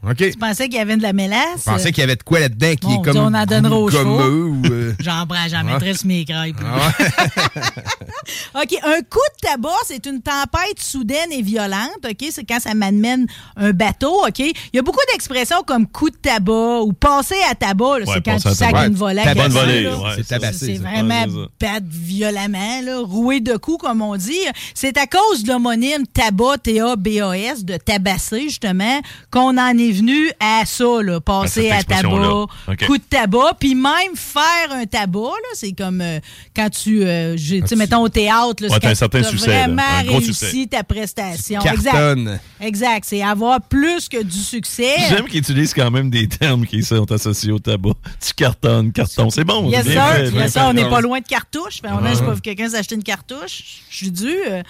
D: OK. Je
C: Tu pensais qu'il y avait de la mélasse?
D: pensais qu'il y avait de quoi là-dedans qui
C: Bon,
D: est comme.
C: on en donnera aux
D: gommeux
C: chevaux.
D: ou, euh,
C: J'en prends, j'en mettrais sur mes crêpes. là.
D: Ah ouais.
C: OK, un coup de tabac, c'est une tempête soudaine et violente, OK? C'est quand ça m'amène un bateau, OK? Il y a beaucoup d'expressions comme coup de tabac ou passer à tabac, là,
B: Ouais,
C: c'est quand
B: passer
C: tu
B: à
C: sacs
B: tabac.
C: une volée. à
D: Tabac
B: de
C: quelqu'un,
B: volée,
C: là.
B: ouais.
D: C'est tabassé.
C: C'est
D: ça.
C: vraiment
B: Ouais, c'est ça.
C: battre violemment, là, roué de coups, comme on dit. C'est à cause de l'homonyme tabac, T-A-B-A-S, de tabasser, justement, qu'on en est venu à ça, là, passer
B: À
C: à,
B: cette
C: tabac,
B: expression-là. OK.
C: coup de tabac, puis même faire un tabac, là, c'est comme euh, quand tu, euh, j'ai- tu sais, mettons au théâtre, là,
B: Ah, Ouais, t'as
C: c'est quand
B: un certain
C: t'as
B: succès, là,
C: vraiment
B: un gros
C: réussi
B: succès.
C: ta prestation.
D: Cartonne.
C: Exact. Exact, c'est avoir plus que du succès.
B: J'aime qu'ils utilisent quand même des termes qui sont associés au tabac. Tu cartonnes, carton. C'est bon.
C: Yes,
B: c'est
C: sir.
B: bien fait,
C: Yes,
B: bien
C: sir.
B: fait.
C: On n'est pas loin de cartouches. Ben, on a, je sais pas, vu quelqu'un s'acheter une cartouche. Je suis dû. Euh,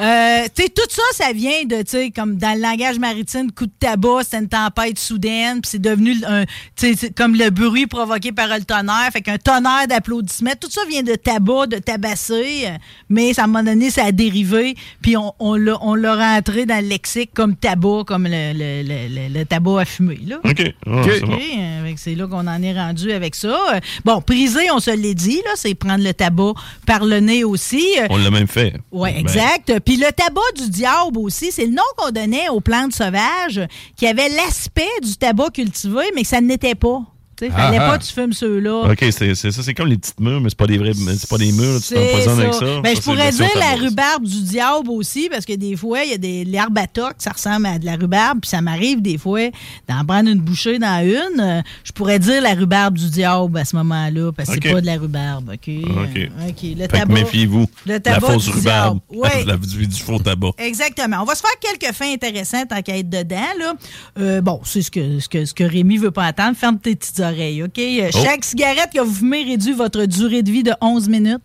C: euh, tu sais, tout ça, ça vient de, tu sais, comme dans le langage maritime, coup de tabac, c'était une tempête soudaine, puis c'est devenu un, tu sais, c'est comme le bruit provoqué par le tonnerre, fait qu'un tonnerre d'applaudissements. Tout ça vient de tabac, de tabasser, euh, mais ça, à un moment donné, ça a dérivé, puis on, on l'a on l'a rentré dans le lexique comme tabac, comme le, le- le- le- le tabac à fumer, là.
B: OK. Ah, c'est bon.
C: OK, euh, fait que c'est là qu'on en est rendu avec ça. Euh, Bon, priser, on se l'est dit, là, c'est prendre le tabac par le nez aussi. Euh,
B: On l'a même fait.
C: Oui,
B: Ben,
C: exact. Puis le tabac du diable aussi, c'est le nom qu'on donnait aux plantes sauvages qui avaient l'aspect du tabac cultivé, mais que ça n'était pas. Tu sais, fallait
D: Ah, ah.
C: pas que tu fumes ceux-là.
B: OK, c'est c'est ça. C'est comme les petites murs, mais c'est pas des vrais. C'est pas des murs. Tu t'empoisonnes
C: C'est
B: avec
C: ça.
B: ça.
C: Ben,
B: Ça,
C: je
B: c'est
C: pourrais
B: version
C: dire la
B: tabac.
C: rhubarbe du diable aussi, parce que des fois, il y a des l'herbe à toc, ça ressemble à de la rhubarbe, puis ça m'arrive des fois d'en prendre une bouchée dans une. Euh, Je pourrais dire la rhubarbe du diable à ce moment-là, parce que
B: Ok.
C: c'est pas de la rhubarbe, OK?
B: OK.
C: Euh, OK. Le
B: Fait que
C: tabac.
B: méfiez-vous.
C: Le
B: La
C: tabac
B: fausse
C: du
B: rhubarbe.
C: diable. Oui.
B: La- du, du faux tabac.
C: Exactement. On va se faire quelques fins intéressantes tant qu'à être dedans. Là. Euh, bon, c'est ce que, ce, que, ce que Rémi veut pas attendre. Ferme tes petites oreilles, OK? Euh,
B: Oh.
C: Chaque cigarette que vous fumez réduit votre durée de vie de 11 minutes,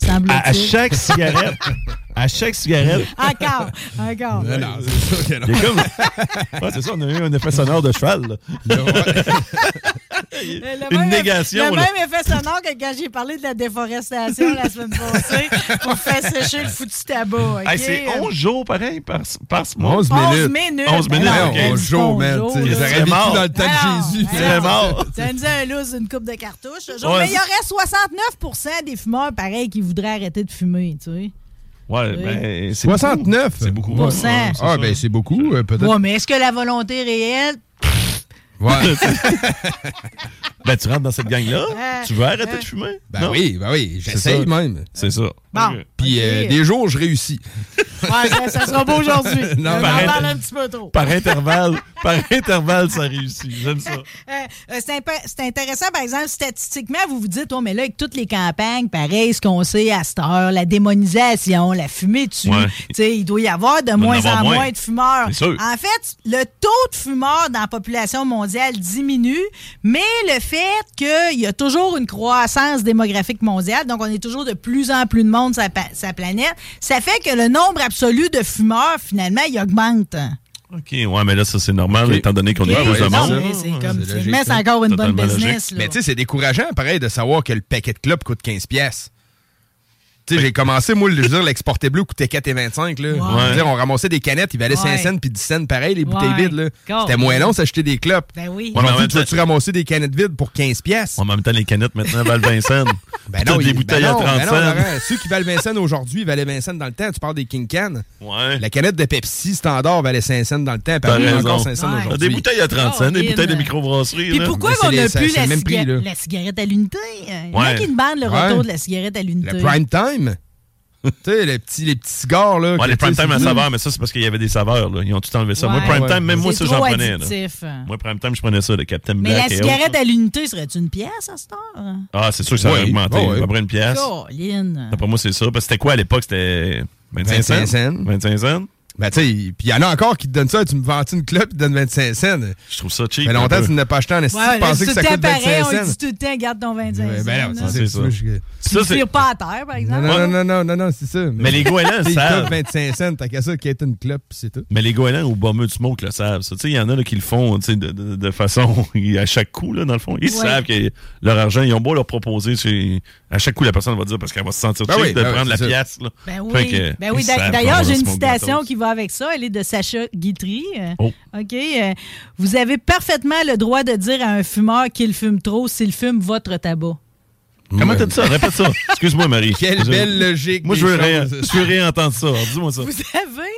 C: semble-t-il.
B: Ben, À, à chaque cigarette, à chaque cigarette,
C: Encore, encore.
D: Non, non, c'est sûr que non.
B: il y a comme. Ouais, c'est ça, on a eu un effet sonore de cheval. là.
C: Euh, le
B: Une
C: même eff-
B: négation,
C: Le
B: là.
C: même effet sonore que quand j'ai parlé de la déforestation la semaine passée pour faire sécher le foutu tabac. ok?
B: Hey, c'est 11 jours pareil par, par ce mois.
D: 11
C: 11
D: minutes.
C: minutes.
B: 11 minutes,
C: Alors,
B: ok.
C: on dit
D: On joue,
C: bonjour,
D: man.
C: là.
D: tu sais, Ils
B: serait
D: auraient vécu
B: mort.
D: dans le temps
C: Alors,
D: de Jésus.
C: alors,
B: C'est mort.
C: Ça nous a un loose une coupe de cartouches. ce jour.
B: Ouais.
C: Mais il y aurait 69 des fumeurs, pareil, qui voudraient arrêter de fumer, tu sais.
B: Ouais, ben, c'est beaucoup.
D: 69.
B: C'est beaucoup.
C: Pour cent.
B: Ouais, c'est
D: Ah,
B: ça.
D: ben c'est beaucoup, euh, peut-être.
C: Ouais, mais est-ce que la volonté réelle...
D: Ouais.
B: Ben, tu rentres dans cette
C: Ah.
B: gang-là, tu veux arrêter de fumer?
D: Ben
B: Non?
D: oui, ben oui,
B: ça.
D: j'essaye même.
B: C'est ça.
C: Bon.
D: Puis euh,
C: Ok.
D: des jours, je réussis.
C: Ouais, ça, ça sera beau aujourd'hui.
D: Non,
C: On en
B: pareil.
C: parle un petit peu trop.
B: Par intervalle, par intervalle, ça réussit. J'aime ça.
C: Euh, euh, c'est impa- c'est intéressant, par exemple, statistiquement, vous vous dites, oh, mais là, avec toutes les campagnes, pareil, ce qu'on sait à cette heure, la démonisation, la fumée dessus,
B: Ouais.
C: tu sais, il doit y avoir de
B: en
C: moins
B: avoir
C: en moins.
B: moins.
C: de fumeurs.
B: C'est sûr.
C: En fait, le taux de fumeurs dans la population mondiale diminue, mais le fait qu'il y a toujours une croissance démographique mondiale, donc on est toujours de plus en plus de monde sur la pa- sur la planète, ça fait que le nombre absolu de fumeurs, finalement, il augmente.
B: OK, ouais, mais là, ça, c'est normal,
D: Ok.
B: étant donné qu'on
D: Ok,
B: est plus de
D: ouais,
C: Non,
B: monde.
C: mais c'est comme,
D: c'est logique, hein.
C: mais c'est
D: ça.
C: encore une bonne
B: Totalement
C: business. là.
D: Mais tu sais, c'est décourageant, pareil, de savoir que le paquet de clopes coûte 15 pièces. Tu sais, j'ai commencé, moi, le- je veux dire, l'exporté bleu coûtait 4,25. Là. Je veux dire, on ramassait des canettes, il valait
C: Ouais.
D: 5 cents puis 10 cents, pareil, les bouteilles
C: Ouais.
D: vides. là.
C: Cool.
D: C'était moins long s'acheter des clopes.
C: Ben oui.
B: Ouais, mais en
D: Aujourd'hui,
B: même
D: tu vas-tu
B: temps-
D: ramasser des canettes vides pour 15 pièces?
B: En même temps, les canettes maintenant valent 20 cents.
D: Ben
B: Puis toutes
D: il-
B: les
D: ben
B: bouteilles
D: non,
B: à 30
D: ben non,
B: cents.
D: Laurent, ceux qui valent 20 cents aujourd'hui valaient 20 cents dans le temps. Tu parles des King Can.
B: Ouais.
D: La canette de Pepsi standard valait 5 cents dans le temps. Puis
B: T'as
D: elle vaut
B: raison.
D: encore 5 cents
C: Ouais.
B: Des
D: aujourd'hui.
B: bouteilles à 30 cents, des
C: Oh,
B: bouteilles de
C: in.
B: microbrasserie.
C: Puis
B: là.
C: pourquoi
D: Mais
C: on
D: c'est
C: n'a
D: les-
C: plus
D: c'est
C: la,
D: le même prix,
C: ciga-
D: là.
C: la cigarette à l'unité? Il y en a
B: Ouais.
C: qui demandent le
D: Ouais.
C: retour de la cigarette à l'unité.
D: Le prime time. tu sais, les petits, les petits cigares. Là,
B: Ouais,
D: que,
B: les prime
D: tu sais,
B: time à
D: c'est-
B: saveur, mais ça, c'est parce qu'il y avait des saveurs. Là. Ils ont tout enlevé ça. Moi,
C: Ouais.
B: prime time,
D: Ouais.
B: même moi,
C: C'est
B: ça,
C: trop
B: j'en prenais. là.
C: addictif.
B: Moi, prime time, je prenais ça, le Captain
C: Mais
B: Black.
C: la
B: et
C: cigarette
B: autres.
C: à l'unité serait-tu une pièce à cette heure?
B: Ah, c'est sûr que ça
D: Oui.
B: aurait augmenté.
D: Ah ouais.
B: À peu près une pièce.
C: Colin.
B: D'après moi, c'est ça. Parce que c'était quoi à l'époque? C'était 25 cents.
D: 25 cents.
B: 25 cents.
D: Ben, tu sais, puis il y en a encore qui te donnent ça. Tu me vends une clope, tu te donnes 25 cents.
B: Je trouve ça cheap.
D: Mais
B: un
D: longtemps,
B: peu.
D: tu n'as pas acheté en esti.
C: Ouais,
D: tu pensais
C: tout
D: que
C: le
D: ça
C: temps
D: coûte
C: pareil,
D: 25
C: on dit
D: cents.
C: tout le temps, garde ton 25
D: Ben, ben non,
C: cents. là.
B: c'est
D: c'est
B: ça.
D: ça. je-
C: Tu
B: Ça,
C: le
B: c'est-
C: tires pas à terre, par
D: Non,
C: exemple?
D: non, non, non, non, non, c'est ça.
B: Mais les goélands le
D: Ils
B: savent.
D: coûtent 25 cents, t'as qu'à ça, qu'il y ait une clope, puis c'est tout.
B: Mais les goélands au bombeux du smoke le savent. ça. Tu sais, il y en a là, qui le font tu sais, de, de- de façon à chaque coup, là, dans le fond. Ils
C: Ouais.
B: savent que leur argent, ils ont beau leur proposer. c'est- À chaque coup, la personne va dire parce qu'elle va se sentir
D: Ben
B: cheap
D: oui,
B: de
D: ben oui,
B: prendre la
D: c'est ça.
B: pièce. là.
C: Ben
B: Fait
C: oui.
B: que,
C: ben oui.
B: ils
C: d'a-
B: savent qu'on
C: D'ailleurs,
B: va
C: j'ai une
B: smoker autre
C: citation
B: chose.
C: qui va avec ça. Elle est de Sacha Guitry. Euh,
B: Oh.
C: OK. euh, Vous avez parfaitement le droit de dire à un fumeur qu'il fume trop s'il fume votre tabac.
B: Comment t'as dit ça? Répète ça. Excuse-moi, Marie.
D: Quelle
B: Je-
D: belle logique.
B: Moi,
D: des
B: je veux,
D: choses.
B: ré- je veux réentendre ça. Alors, Dis-moi ça.
C: Vous avez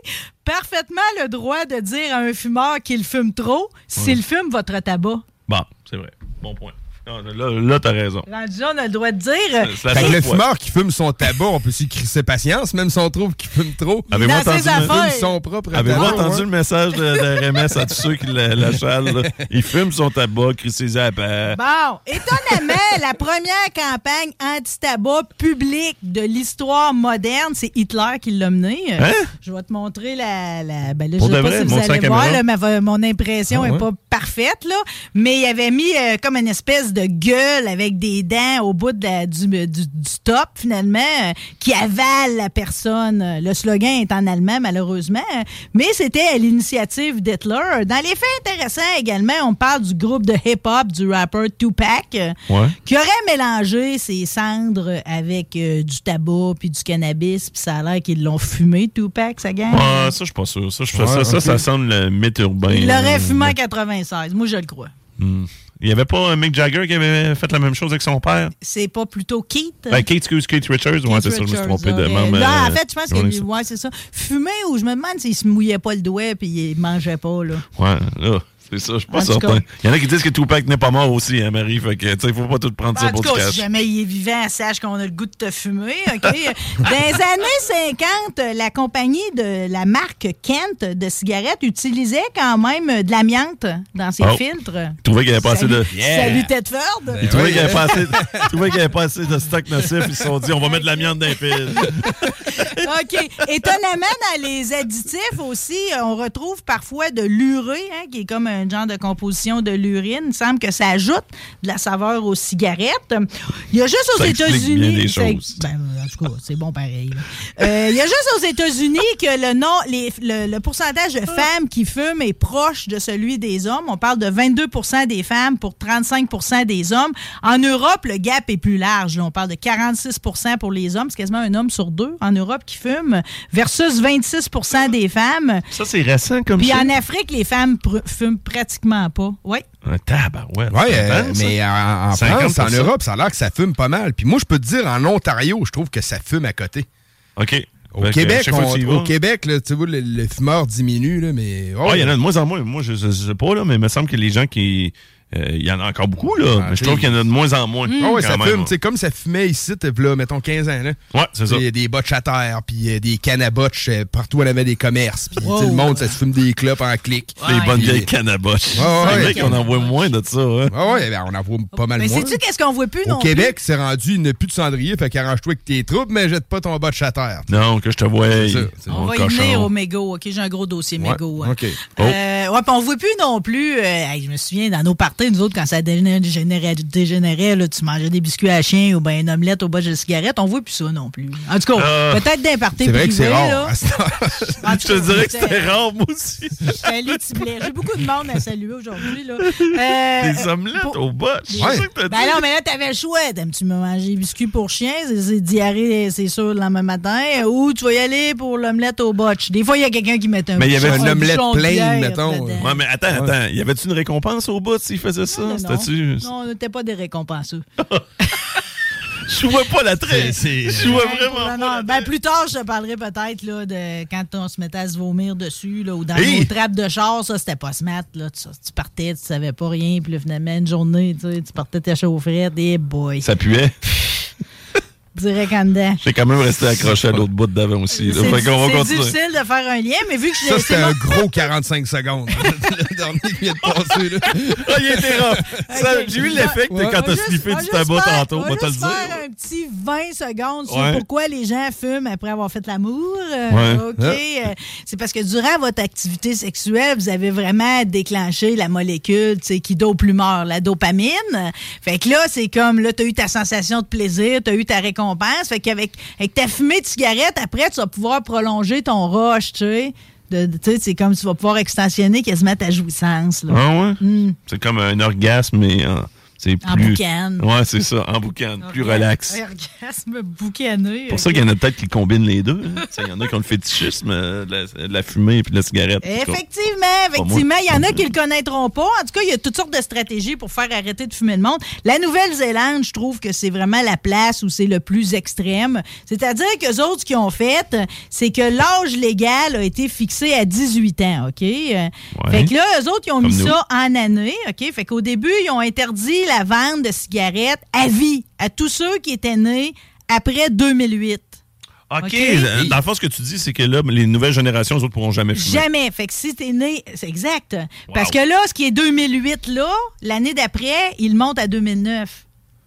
C: parfaitement le droit de dire à un fumeur qu'il fume trop s'il fume votre tabac.
B: Bon, c'est vrai. Bon point. Non, là, là t'as raison.
C: Rendu, là, on a le droit de dire.
B: C'est la
D: Fait que
B: seule
D: le
B: fois.
D: fumeur qui fume son tabac, on peut s'y crisser patience, même si on trouve qu'il fume trop.
B: Ah, Avez-vous
C: dans
B: entendu
C: ses
B: le-
C: affaires.
D: fume son propre
B: Avez-vous
D: tabac, hein.
B: entendu
C: hein.
D: ouais.
B: le message de, de RMS à tous ceux qui la, la chalent, là? Ils fument son tabac, crissez à la
C: Bon, étonnamment, la première campagne anti-tabac publique de l'histoire moderne, c'est Hitler qui l'a menée. Euh,
B: Hein?
C: Je vais te montrer la. la ben là,
B: Pour
C: je sais
B: de
C: pas
B: vrai?
C: si vous
B: Montre ça à
C: allez
B: la
C: voir,
B: caméra.
C: là, ma- va- mon impression
D: Ah
C: est
D: ouais?
C: pas parfaite, là. Mais il avait mis euh, comme une espèce de gueule avec des dents au bout de la- du, du, du top, finalement, euh, qui avale la personne. Euh, Le slogan est en allemand, malheureusement. euh, Mais c'était à l'initiative d'Hitler. Dans les faits intéressants également, on parle du groupe de hip-hop du rapper Tupac, euh,
B: Ouais.
C: qui aurait mélangé ses cendres avec euh, du tabac puis du cannabis. Puis ça a l'air qu'ils l'ont fumé, Tupac, ça gagne.
B: Ouais, Ah, ça, je suis pas sûr. Ça, je fais
D: Ouais,
B: ça, ça,
D: ok.
B: ça semble le mythe urbain.
C: Il l'aurait
B: Euh,
C: fumé en 96. Moi, je le crois.
B: Il y avait pas euh, Mick Jagger qui avait fait la même chose avec son père?
C: C'est pas plutôt Keith? euh,
B: Ben, Kate, excuse, Kate Richards. ouais, c'est ça, je me suis trompé de euh,
C: Non,
B: membre.
C: en fait, je pense que ouais, c'est ça. Fumer ou je me demande s'il se mouillait pas le doigt puis il mangeait pas là.
B: Ouais, là. C'est ça, je suis pas
C: En tout
B: certain.
C: cas.
B: Il y en a qui disent que Tupac n'est pas mort aussi, hein, Marie. Fait que, tu sais, faut pas tout prendre
C: Ben,
B: ça
C: en tout
B: pour du
C: cas,
B: cash.
C: si jamais il est vivant, sache qu'on a le goût de te fumer. OK? Dans les années 50, euh, la compagnie de la marque Kent de cigarettes utilisait quand même euh, de l'amiante dans ses
B: Oh.
C: filtres.
B: Il trouvait qu'il y avait pas assez de.
C: Salut Tedford!
B: Il trouvait qu'il n'y avait, pas assez- il trouvait qu'il y avait pas assez de stock nocif. Ils se sont dit, on va mettre de l'amiante dans les piles.
C: OK. Étonnamment, dans les additifs aussi, euh, on retrouve parfois de l'urée, hein, qui est comme un genre de composition de l'urine. Il semble que ça ajoute de la saveur aux cigarettes. Il y a juste aux
B: Ça explique
C: États-Unis.
B: bien des
C: ça-
B: choses.
C: Ben, en tout cas, c'est bon pareil. là. Euh, il y a juste aux États-Unis que le, non, les- le, le pourcentage
D: Ah.
C: de femmes qui fument est proche de celui des hommes. On parle de 22 des femmes pour 35 des hommes. En Europe, le gap est plus large. là. On parle de 46 pour les hommes. C'est quasiment un homme sur deux en Europe qui fume versus 26 des femmes.
D: Ah,
B: Ça, c'est récent comme
C: Puis
B: ça.
C: en Afrique, les femmes pr- fument pratiquement pas. Oui.
B: Un tabarouette.
D: Ouais,
B: C'est
D: euh,
B: intense, ça. hein?
D: mais en, en
B: 50%.
D: France, en Europe, ça a l'air que ça fume pas mal. Puis moi, je peux te dire, en Ontario, je trouve que ça fume à côté.
B: OK.
D: Au
B: Fait que, à
D: Québec,
B: chaque fois que
D: on-
B: tu y vas-
D: au Québec là, tu vois, le, le fumeur diminue, là, mais... oh,
B: Ah, il y en a de moins en moins. Moi, je, je- je sais pas, là, mais il me semble que les gens qui. euh, il y en a encore beaucoup, là.
D: Ah,
B: mais je trouve
D: t'sais,
B: qu'il y en a de moins en
C: Mm.
B: moins.
D: Ah ouais,
B: quand
D: ça
B: même,
D: fume,
B: là.
D: tu sais, comme ça fumait ici, t'es là, mettons 15 ans, là.
B: Ouais, c'est ça.
D: Il y a des botches à terre, puis euh, des cannes à botches, euh, partout on avait des commerces, puis tu sais, le monde, ça se fume des clopes en clic.
B: Les bonnes
D: Puis,
B: vieilles cannes à boche.
D: Ouais, Ah, ouais,
B: c'est vrai
D: ouais.
B: qu'on en voit moins de ça, hein. ouais.
D: Ah ouais, ben, on en voit pas mal
C: Mais
D: moins.
C: sais-tu qu'est-ce qu'on voit plus
D: Au
C: non
D: Québec, c'est rendu, il n'y a plus de cendrier, fait qu'arrange-toi avec tes troupes, mais jette pas ton botche à terre.
B: Non, que je te vois.
D: ça,
B: hey,
D: c'est
C: On
B: mon
C: va y
B: cochon.
C: venir au mégot. OK, j'ai un gros dossier
D: Ouais,
C: mégot. hein.
D: OK.
B: Oh.
C: Euh, ouais, puis on ne voit plus non plus. euh, hey, je me souviens, dans nos parties, nous autres, quand ça dégénérait, dégénérait, là, tu mangeais des biscuits à chien ou ben une omelette au bas de la cigarette, on ne voit plus ça non plus. En tout cas,
B: Euh,
C: peut-être d'un party
D: Ah. C'est vrai que c'est
C: privé,
D: rare.
C: là.
D: à ce temps.
C: En
B: Je
C: tout
B: te
C: cas,
B: dirais que c'était
C: c'était-
B: rare, moi aussi.
C: Salut, Tiblet. J'ai beaucoup de monde à saluer aujourd'hui. là. Euh,
B: Des
C: euh,
B: omelettes
C: pour-
B: au botch. C'est
D: Ouais.
B: ça que t'as
C: Ben
B: dit.
C: non, mais là, t'avais le choix. T'aimes-tu me manger des biscuits pour chien? C'est- C'est diarrhée, c'est sûr, le lendemain matin. Ou tu vas y aller pour l'omelette au botch. Des fois, il y a quelqu'un qui met un
D: Mais il y avait
C: bouchon-
D: une
C: un
D: omelette
C: bouchon de
D: pleine,
C: bière
D: mettons.
C: dedans.
B: Ouais, mais attends, attends. Y avait-tu une récompense au bout s'il faisait ça?
C: Non, non,
B: Ah, C'était-tu- Ah,
C: Non, on n'était pas des récompenseux.
B: Je vois pas l'attrait. Je vois vraiment
C: Non,
B: pas
C: non,
B: l'attrait.
C: ben, plus tard, je te parlerai peut-être là, de quand on se mettait à se vomir dessus là, ou dans
B: Hey!
C: nos trappes de char. Ça, c'était pas smart. Là. Tu, tu partais, tu savais pas rien. Puis là, finalement, une journée, tu, sais, tu partais ta chaufferette. Et boy,
B: Ça puait.
C: direct en dedans.
B: J'ai quand même resté accroché à l'autre bout d'avant aussi. là.
C: C'est
B: Fait qu'on va
C: c'est
B: continuer.
C: difficile de faire un lien, mais vu que
D: Ça,
C: j'ai-
D: c'était
C: c'est mon-
D: un gros 45 secondes. le dernier qui vient de passer, là.
B: Ah, il était rough. Ça, J'ai eu l'effet que t'as-
D: Ouais.
B: quand
C: On
B: t'as
C: juste-
B: sniffé
C: on
B: du
C: juste
B: tabac
C: faire-
B: tantôt,
C: on
B: on va te le
C: juste faire
B: dire.
C: un petit 20 secondes sur
B: Ouais.
C: pourquoi les gens fument après avoir fait l'amour. Euh,
B: Ouais.
C: OK. Euh, C'est parce que durant votre activité sexuelle, vous avez vraiment déclenché la molécule tu sais, qui dope l'humeur, la dopamine. Fait que là, c'est comme, là, tu as eu ta sensation de plaisir, tu as eu ta récompense. Fait qu'avec avec ta fumée de cigarette, après, tu vas pouvoir prolonger ton rush, tu sais. De- de- tu sais, c'est comme tu vas pouvoir extensionner quasiment ta jouissance. Là.
B: Ah ouais? C'est comme un orgasme, mais euh, c'est
C: Hmm. En
B: plus.
C: boucane.
B: Ouais, c'est ça, en boucan, Ah, plus relax.
C: Orgasme boucané.
B: pour ça qu'il y en a peut-être qui combinent les deux. hein. Tu sais, Il y en a qui ont le fétichisme euh, de la, de la fumée et de la cigarette.
C: Effectivement, effectivement.
B: moi.
C: Il y en a qui le connaîtront pas. En tout cas, il y a toutes sortes de stratégies pour faire arrêter de fumer le monde. La Nouvelle-Zélande, je trouve que c'est vraiment la place où c'est le plus extrême. C'est-à-dire que les autres qui ont fait, c'est que l'âge légal a été fixé à 18 ans, OK? Euh, Fait que là, eux autres, ils ont
B: Comme
C: mis
B: nous.
C: ça en année, OK? Fait qu'au début, ils ont interdit la vente de cigarettes à vie à tous ceux qui étaient nés après 2008.
B: OK. euh,
C: OK.
B: Dans le fond, ce que tu dis, c'est que là, les nouvelles générations, eux autres, pourront jamais fumer.
C: Jamais. Fait que si t'es né, c'est exact. Parce que là, ce qui est 2008, là, l'année d'après, il monte à 2009.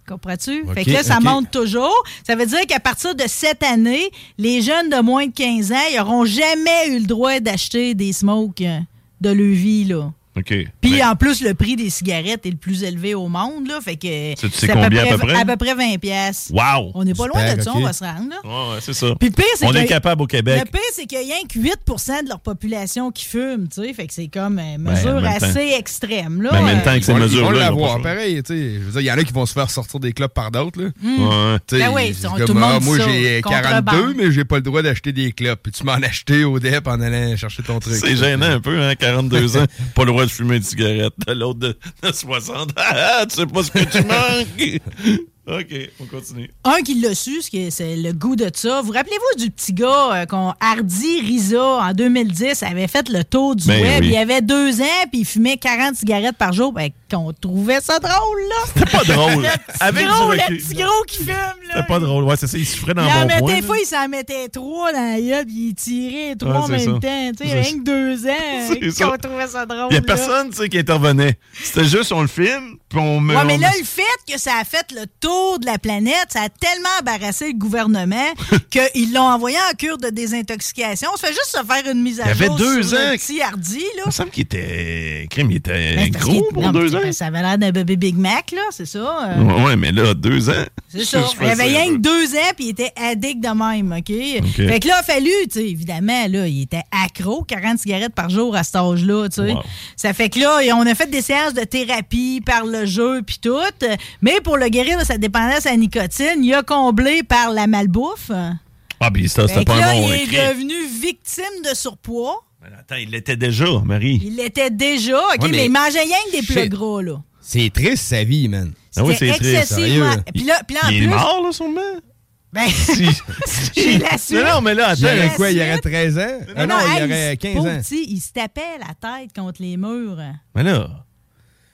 C: Comprends-tu? fait que là, ça
D: ok.
C: monte toujours. Ça veut dire qu'à partir de cette année, les jeunes de moins de 15 ans, ils n'auront jamais eu le droit d'acheter des smokes euh, de levis, là.
B: OK.
C: Puis
B: Mais-
C: en plus, le prix des cigarettes est le plus élevé au monde, là. Fait que.
B: Tu sais
C: c'est
B: combien, à peu près?
C: À peu près 20 pièces.
B: Wow!
C: On n'est pas loin de
D: Super,
C: ça,
D: ok.
C: on va se rendre, là.
B: Ouais, ouais, c'est ça.
C: Puis le pire, c'est
B: On
C: que-
B: est capable au Québec.
C: Le pire, c'est qu'il y a rien que 8 de leur population qui fume, tu sais. Fait que c'est comme une
B: Ben, en
C: mesure
B: même temps.
C: assez extrême, là.
B: Mais en même
C: Euh,
B: temps que ces
D: Ils vont- ils vont
B: mesures-là. ils vont pas
D: l'avoir.
B: changer.
D: Pareil, tu sais. Je veux dire, il y en a qui vont se faire sortir des clopes par d'autres, là.
B: Ouais.
D: T'sais,
C: Ben oui,
D: c'est
C: on-
D: comme,
C: tout le monde
D: ah,
C: dit
D: moi,
C: ça,
D: j'ai
C: contrebande.
D: 42, mais j'ai pas le droit d'acheter des clopes. Puis tu m'en achetais au DEP en allant chercher ton truc.
B: C'est gênant un peu, hein, 42 ans, pas le droit de fumer une cigarette. De l'autre de, de 60, ah, ah, tu sais pas ce que tu manques. OK, on continue.
C: Euh, Un qui l'a su, ce qui est- c'est le goût de ça. Vous rappelez-vous du petit gars euh, qu'on Hardy Risa, en 2010, avait fait le tour du
B: Ben
C: web.
B: oui.
C: Il avait deux ans, puis il fumait 40 cigarettes par jour. Ben, qu'on trouvait ça drôle, là.
B: Pas drôle. Avec du
C: Gros, le
B: recul.
C: petit gros qui fume, là.
B: C'était pas drôle. Ouais, c'est ça, il souffrait dans
C: Il en
B: mon
C: mettait,
B: coin.
C: des
B: là.
C: fois, il s'en mettait trois dans la gueule, puis il tirait trois en
B: Ouais, c'est
C: même
B: ça.
C: temps. Tu sais,
B: C'est
C: rien que deux ans.
B: C'est ça.
C: On trouvait ça drôle.
B: Il y a
C: là.
B: personne, tu sais, qui intervenait. C'était juste, on le filme, puis on me...
C: Ouais, mais
B: on-
C: là, le fait que ça a fait le tour de la planète, ça a tellement embarrassé le gouvernement qu'ils l'ont envoyé en cure de désintoxication. On se fait juste se faire une mise à
B: Il
C: jour.
B: avait deux
C: sur le
B: ans.
C: petit Hardy,
B: Il
C: là.
B: me semble qu'il était... Crime, il était
C: Ben, c'est parce
B: gros
C: qu'il-
B: pour
C: non,
B: deux ans.
C: c'est parce que Ça avait l'air d'un bébé Big Mac, là, c'est ça? euh.
B: Ouais, ouais, mais là, deux ans.
C: C'est ça.
B: Je
C: Il avait
B: pensais-
C: rien que deux ans, puis il était addict de même, OK? Fait que là, il a fallu, tu sais, évidemment, là, il était accro, 40 cigarettes par jour à cet âge-là, tu sais.
B: Wow.
C: Ça fait que là, on a fait des séances de thérapie par le jeu, puis tout. Mais pour le guérir de sa dépendance à la nicotine, il a comblé par la malbouffe.
B: Ah, puis ça, c'était
C: Fait que
B: pas
C: Ben, là,
B: un bon
C: il est
B: écrit.
C: devenu victime de surpoids.
B: Mais Attends, il l'était déjà, Marie.
C: Il l'était déjà, OK?
D: Ouais,
C: mais...
D: mais
C: il mangeait rien que des plats
D: shit.
C: gros, là.
D: C'est triste, sa vie, man.
B: Ah oui,
C: C'était
B: c'est triste,
C: excessivement.
D: sérieux.
C: Puis là, puis là, en
B: il est
C: plus.
B: mort, là, sûrement.
C: ben,
B: J'ai
C: la suite.
B: Non, non, mais là,
D: Il y
B: attends.
D: aurait quoi? Il y
C: Yes,
D: aurait 13 ans? Ah non,
C: hey,
D: il y aurait
C: ce
D: 15
C: pauvre
D: ans.
C: petit, il se tapait la tête contre les murs.
B: Mais là,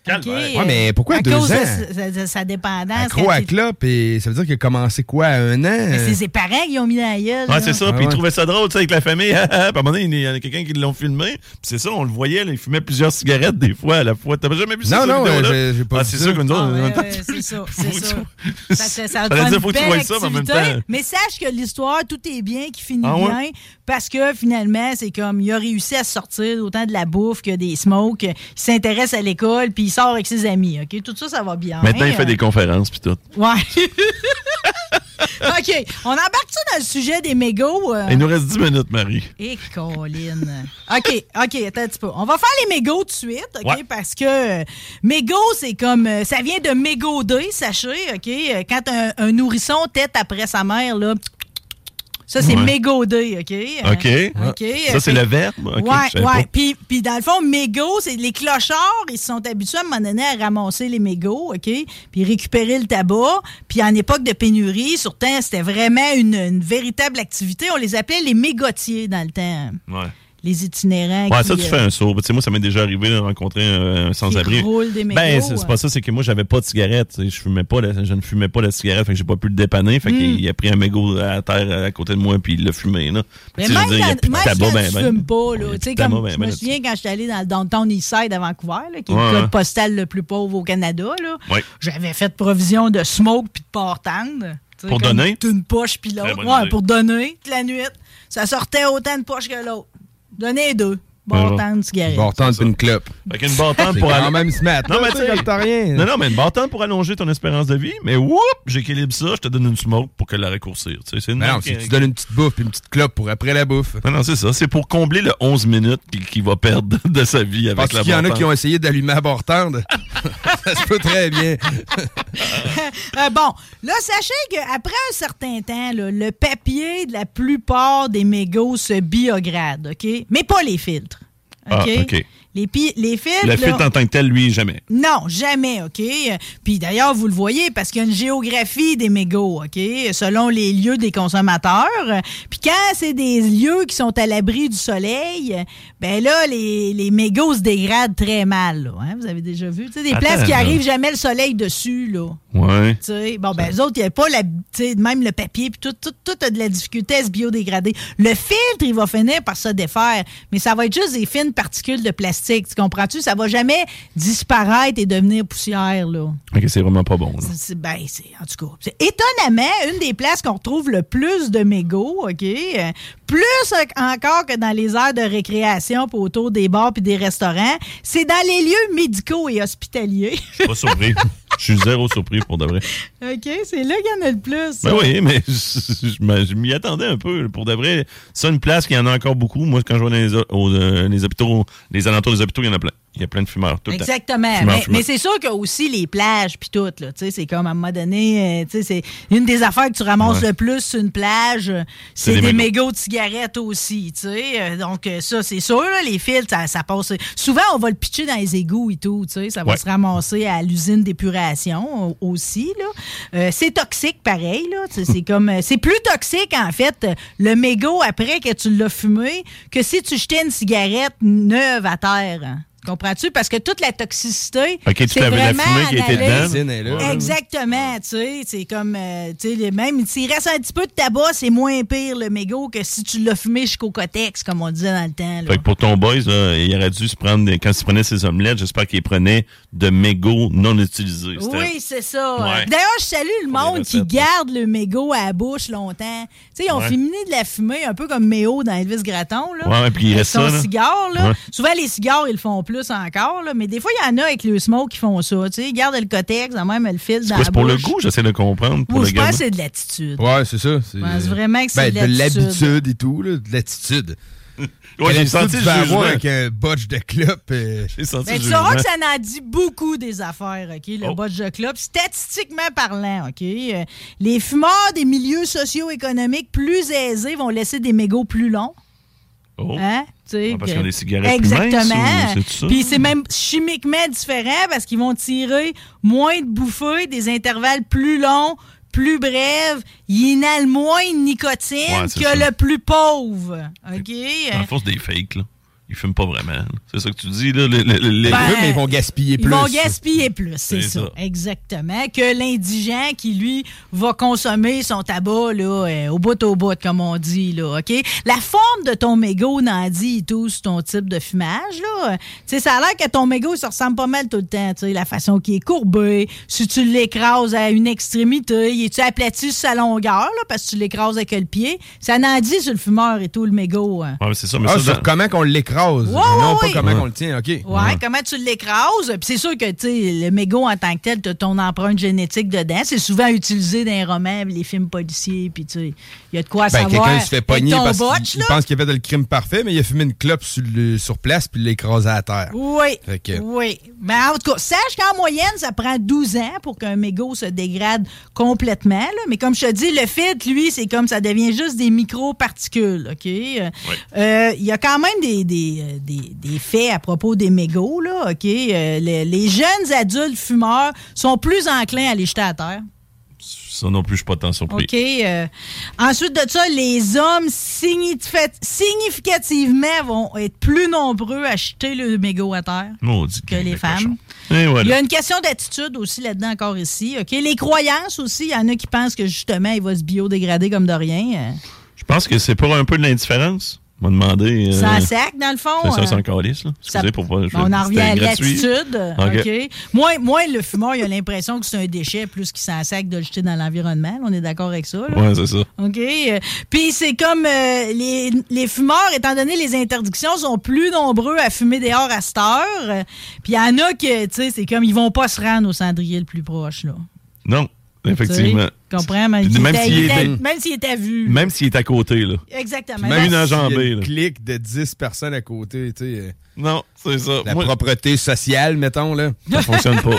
B: Calme.
C: OK.
D: Ouais, mais pourquoi
C: euh, à
D: deux
C: cause
D: ans?
C: De, sa- de sa dépendance.
D: Accro
C: quand
D: à
C: il-
D: clope, et ça veut dire qu'il a commencé quoi, à un an?
C: Mais c'est ses parents qui ont mis la gueule.
B: euh. Ouais,
C: là.
B: c'est ça.
D: Ah
B: Puis ils
D: ouais.
B: trouvaient ça drôle, tu sais, avec la famille. Ah, Puis à un moment donné, il y en a quelqu'un qui l'ont filmé. Puis c'est ça, on le voyait, là, il fumait plusieurs cigarettes des fois à la fois. T'avais jamais vu ça?
D: Non,
B: cette
D: non,
B: vidéo-là?
D: euh, j'ai- j'ai pas
B: Ah,
D: vu
B: c'est
D: ça.
B: sûr que nous autres,
C: Ah,
B: en
C: ouais,
B: même temps,
C: ouais, c'est ça,
B: faut
C: c'est
B: que
C: ça.
B: tu-
C: Ça, ça, ça
B: Fallait
C: doit
B: dire,
C: être
B: faut que
C: une
B: tu
C: belle
B: vois ça, mais en même
C: activité.
B: temps.
C: Mais sache que l'histoire, tout est bien, qui finit
B: Ah ouais?
C: bien, parce que finalement, c'est comme, il a réussi à sortir autant de la bouffe que des smokes, il s'intéresse à l'école, puis il sort avec ses amis, OK? Tout ça, ça va bien.
B: Maintenant, il fait
C: Euh,
B: des conférences, puis tout.
C: Ouais. OK, on embarque-tu dans le sujet des mégots? euh?
B: Il nous reste 10 minutes, Marie.
C: Et Colin. OK, OK, attends un petit peu. On va faire les mégots tout de suite, OK?
B: Ouais.
C: Parce que euh, mégots, c'est comme. euh, ça vient de mégoder, sachez, OK? Euh, Quand un, un nourrisson tête après sa mère, là. Ça, c'est
B: Ouais.
C: mégoder, OK? Euh,
B: OK.
C: OK.
B: Ça, c'est
C: Fait-
B: le verbe. OK, je
C: ouais,
B: savais
C: ouais.
B: pas.
C: Puis, puis dans le fond, mégots, c'est les clochards, ils se sont habitués à un moment donné à ramasser les mégots, OK? Puis récupérer le tabac. Puis en époque de pénurie, sur temps, c'était vraiment une, une véritable activité. On les appelait les mégotiers dans le temps. hein.
B: Ouais.
C: Les itinérants.
B: Ouais,
C: qui,
B: ça, tu
C: euh,
B: fais un saut. Tu sais, moi, ça m'est déjà arrivé de rencontrer euh, un, un sans-abri.
C: Qui roule des mégots,
B: ben, c'est c'est
C: ouais.
B: pas ça, c'est que moi, j'avais pas de cigarette. tu sais, Je, fumais pas la- je ne fumais pas la cigarette, fait que j'ai pas pu le dépanner. Fait
C: Hmm.
B: qu'il a pris un mégot à terre à côté de moi, puis il l'a fumé. Là.
C: Mais
B: Tu sais,
C: même
B: je veux dire, il y a
C: quand-
B: plus de
C: même
B: tabac,
C: quand
B: ben,
C: tu
B: ben.
C: fumes pas,
B: Il y a
C: là,
B: plus
C: tu sais,
B: de tabac,
C: comme,
B: ben,
C: je
B: ben,
C: me
B: là-dessus.
C: souviens quand j'étais allée dans le downtown Eastside à Vancouver, là, qui est
B: Ouais,
C: le
B: ouais.
C: code postal le plus pauvre au Canada, là.
B: Ouais.
C: j'avais fait provision de smoke puis de portande. tu sais,
B: Pour
C: comme
B: donner?
C: Une poche puis
B: Très
C: l'autre.
B: bonne
C: Ouais,
B: idée.
C: pour donner, toute la nuit. Ça sortait autant de poches que l'autre. Donner deux. Portande, cigarette.
D: Bon, tente une clope.
B: Fait qu'une bâtante
D: C'est
B: pour
D: quand
B: aller.
D: même se mettre.
B: Non, mais tu sais-
D: quand t'as rien.
B: Non, non, mais une bâtante pour allonger ton espérance de vie, mais whoop, j'équilibre ça, je te donne une smoke pour que la raccourcir. Tu sais, c'est une
D: Mais non,
B: marque,
D: si
B: euh,
D: tu donnes une petite bouffe puis une petite clope pour après la bouffe.
B: Non, non, c'est ça. C'est pour combler le 11 minutes qu'il qu'il va perdre de sa vie avec
D: Parce
B: la
D: qu'il y en a
B: bâtante.
D: qui ont essayé d'allumer abortande. ça se peut très bien.
C: Euh, bon, là, sachez qu'après un certain temps, là, le papier de la plupart des mégots se biograde, OK? Mais pas les filtres. OK?
B: Ah, OK.
C: Les, pi- les filtres.
B: Le
C: là,
B: fit en tant que tel, lui, jamais.
C: non, jamais, OK? Euh, Puis d'ailleurs, vous le voyez, parce qu'il y a une géographie des mégots, OK? Selon les lieux des consommateurs. Euh, Puis quand c'est des lieux qui sont à l'abri du soleil, euh, ben là, les, les mégots se dégradent très mal, là, hein? Vous avez déjà vu? Tu sais, des
B: Attends,
C: places qui
B: là.
C: arrivent jamais le soleil dessus, là.
B: Ouais.
C: Tu sais, Bon, ben, les autres, il n'y avait pas la, tu sais, même le papier, puis tout, tout, tout a de la difficulté à se biodégrader. Le filtre, il va finir par se défaire, mais ça va être juste des fines particules de plastique. Tu comprends-tu? Ça va jamais disparaître et devenir poussière, là.
B: Ok, c'est vraiment pas bon. là.
C: C'est- c'est- ben, c'est, en tout cas, c'est étonnamment une des places qu'on retrouve le plus de mégots, OK? Euh, Plus en- encore que dans les aires de récréation, puis autour des bars puis des restaurants, c'est dans les lieux médicaux et hospitaliers.
B: Pas surpris. Je suis zéro surpris pour de vrai.
C: OK? C'est là qu'il y en a le plus.
B: Ben oui, mais je, je m'en- je m'y attendais un peu. Pour de vrai, ça, une place qu'il y en a encore beaucoup. Moi, quand je vois dans les, o- aux, euh, les hôpitaux, les alentours des hôpitaux, il y en a plein. Il y a plein de fumeurs. Tout le temps.
C: Exactement.
B: Fumeurs,
C: mais
B: fumeurs.
C: mais c'est sûr qu'il y a aussi les plages puis tout. Là, Tu sais, c'est comme à un moment donné, euh, tu sais, c'est une des affaires que tu ramasses
B: Ouais.
C: le plus sur une plage, euh,
B: C'est
C: c'est
B: des
C: des,
B: mégots.
C: mégots de cigarettes aussi. tu sais. Euh, Donc euh, ça, c'est sûr, là, les fils, ça, ça passe. Souvent, on va le pitcher dans les égouts et tout. tu sais, Ça va
B: Ouais.
C: se ramasser à l'usine d'épuration euh, aussi. là. Euh, c'est toxique pareil. là. Tu sais, C'est comme, euh, c'est plus toxique en fait euh, le mégot après que tu l'as fumé que si tu jetais une cigarette neuve à terre. hein. Comprends-tu? Parce que toute la toxicité.
B: Ok, tu
C: c'est
B: t'avais la
C: vraiment
B: fumée qui était
C: analysée.
B: dedans.
D: résine est là.
C: Exactement, tu sais, c'est comme, euh, tu sais, les- même s'il reste un petit peu de tabac, c'est moins pire le mégot que si tu l'as fumé jusqu'au cotex, comme on disait dans le temps. là.
B: Fait que pour ton boys, là, il aurait dû se prendre, des- quand il prenait ses omelettes, j'espère qu'il les prenait de mégots non utilisés. C'était-
C: Oui, c'est ça.
B: Ouais.
C: D'ailleurs, je salue le
B: Pour les
C: monde qui
B: recettes, là.
C: garde le mégot à la bouche longtemps. Tu sais, ils ont
B: Ouais.
C: fini de la fumée un peu comme Méo dans Elvis Gratton. Là,
B: Ouais, ouais, puis il
C: Avec
B: reste
C: son
B: ça, là.
C: cigare. Là.
B: Ouais.
C: Souvent, les cigares, ils le font plus encore. Là, mais des fois, il y en a avec le smoke qui font ça. Tu sais, ils gardent le cotex, quand même, le fil dans
B: Ouais,
C: la
B: c'est pour le
C: bouche.
B: goût, j'essaie de comprendre. Pour
C: Ou
B: le
C: je pense
B: gamin.
C: que c'est de l'attitude.
D: Ouais, c'est ça. C'est
C: pense vraiment que c'est
D: ben,
C: de
D: de
C: l'attitude.
D: l'habitude et tout, là, de l'attitude.
B: Ouais, j'ai
D: Quelle
B: senti
D: attitude
B: le
D: tu vas avoir
B: jugement.
D: avec un botch de clope. euh,
B: J'ai senti
C: Mais
B: le
C: tu sauras
B: jugement.
C: que ça en dit beaucoup des affaires, OK? Le
B: Oh.
C: botch de club, statistiquement parlant, OK? Euh, les fumeurs des milieux socio-économiques plus aisés vont laisser des mégots plus longs.
B: Oh.
C: Hein? Tu sais,
B: Ah, parce
C: que-
B: qu'ils ont des cigarettes plus minces,
C: Exactement.
B: ou c'est tout ça?
C: Puis c'est même chimiquement différent parce qu'ils vont tirer moins de bouffées, des intervalles plus longs, plus brèves. Ils inhalent moins de nicotine
B: Ouais, c'est
C: que
B: ça.
C: le plus pauvre. OK?
B: À force des fakes, là. Ils fument pas vraiment. là. C'est ça que tu dis, là. Les, les- les-
C: Ben,
D: Oui, mais ils vont gaspiller
C: Ils
D: plus.
C: vont gaspiller plus, c'est
B: C'est
C: ça.
B: ça.
C: Exactement. Que l'indigent qui, lui, va consommer son tabac là, euh, au bout au bout, comme on dit. Là, OK? La forme de ton mégot n'en dit tout sur ton type de fumage. Là. Euh, Tu sais, ça a l'air que ton mégot, ça ressemble pas mal tout le temps. Tu sais, la façon qu'il est courbé, si tu l'écrases à une extrémité, il est-tu aplati sur sa longueur là, parce que tu l'écrases avec le pied? Ça n'en dit sur le fumeur et tout, le mégot. hein.
B: Ouais, mais c'est ça, mais
D: Ah,
B: ça,
D: sur
B: dans-
D: comment qu'on l'écrase.
C: Ouais,
D: non,
C: ouais,
D: pas
C: ouais.
D: comment
B: Ouais.
D: qu'on le tient, OK.
C: Ouais, comment tu l'écrases. Puis c'est sûr que tu sais, le mégot en tant que tel, tu ton empreinte génétique dedans. C'est souvent utilisé dans les romans, les films policiers. Puis tu sais, il y a de quoi
D: Ben,
C: savoir.
D: quelqu'un se fait
C: avec
D: pogner
C: ton
D: parce
C: botch,
D: qu'il il
C: là.
D: pense qu'il a fait le crime parfait, mais il a fumé une clope sur, le- sur place puis il l'a écrasé à terre.
C: Oui.
D: Fait que-
C: Oui. Mais en tout cas, sache qu'en moyenne, ça prend 12 ans pour qu'un mégot se dégrade complètement. là. Mais comme je te dis, le filtre, lui, c'est comme ça devient juste des micro-particules. OK? Euh, euh, Il y a quand même des, des, euh, des- des faits à propos des mégots. Là, OK? Euh, les, les jeunes adultes fumeurs sont plus enclins à les jeter à terre.
B: ça non plus, je suis pas tant surpris.
C: OK. euh, ensuite de ça, les hommes signifi- significativement vont être plus nombreux à jeter le mégot à terre
B: Maudit
C: que
B: gang
C: les
B: de
C: femmes.
B: cochons. Eh, Et
C: Il y
B: voilà.
C: a une question d'attitude aussi là-dedans, encore ici. OK? Les croyances aussi, il y en a qui pensent que justement, il va se biodégrader comme de rien. euh,
B: Je pense que c'est pour un peu de l'indifférence. On m'a demandé. euh,
C: C'est un sac, dans le fond.
B: C'est ça,
C: euh,
B: c'est un calice, là.
C: ça- Ben,
B: Excusez pour pas. je-
C: on en revient
B: c'était
C: à
B: gratuit.
C: l'attitude.
B: OK.
C: OK? Moins, moins le fumeur, il a l'impression que c'est un déchet plus qu'il s'en sac de le jeter dans l'environnement. On est d'accord avec ça. là?
B: Ouais, c'est ça.
C: OK? Euh, Puis c'est comme euh, les, les fumeurs, étant donné les interdictions, sont plus nombreux à fumer dehors à cette heure. Euh, Puis il y en a que, tu sais, c'est comme ils vont pas se rendre au cendrier le plus proche, là.
B: Non, effectivement.
C: Tu comprends? Même
B: Puis
C: s'il
B: même
C: était-
B: s'il
C: il était-
B: était-
C: même s'il était à vue.
B: Même s'il est à côté, là.
C: Exactement.
B: Même
C: Ben,
B: une enjambée,
D: S'il y a une
B: là.
D: clique de 10 personnes à côté, tu sais, euh,
B: Non, c'est ça.
D: la
B: Moi,
D: propreté sociale, mettons, là.
B: ça fonctionne pas.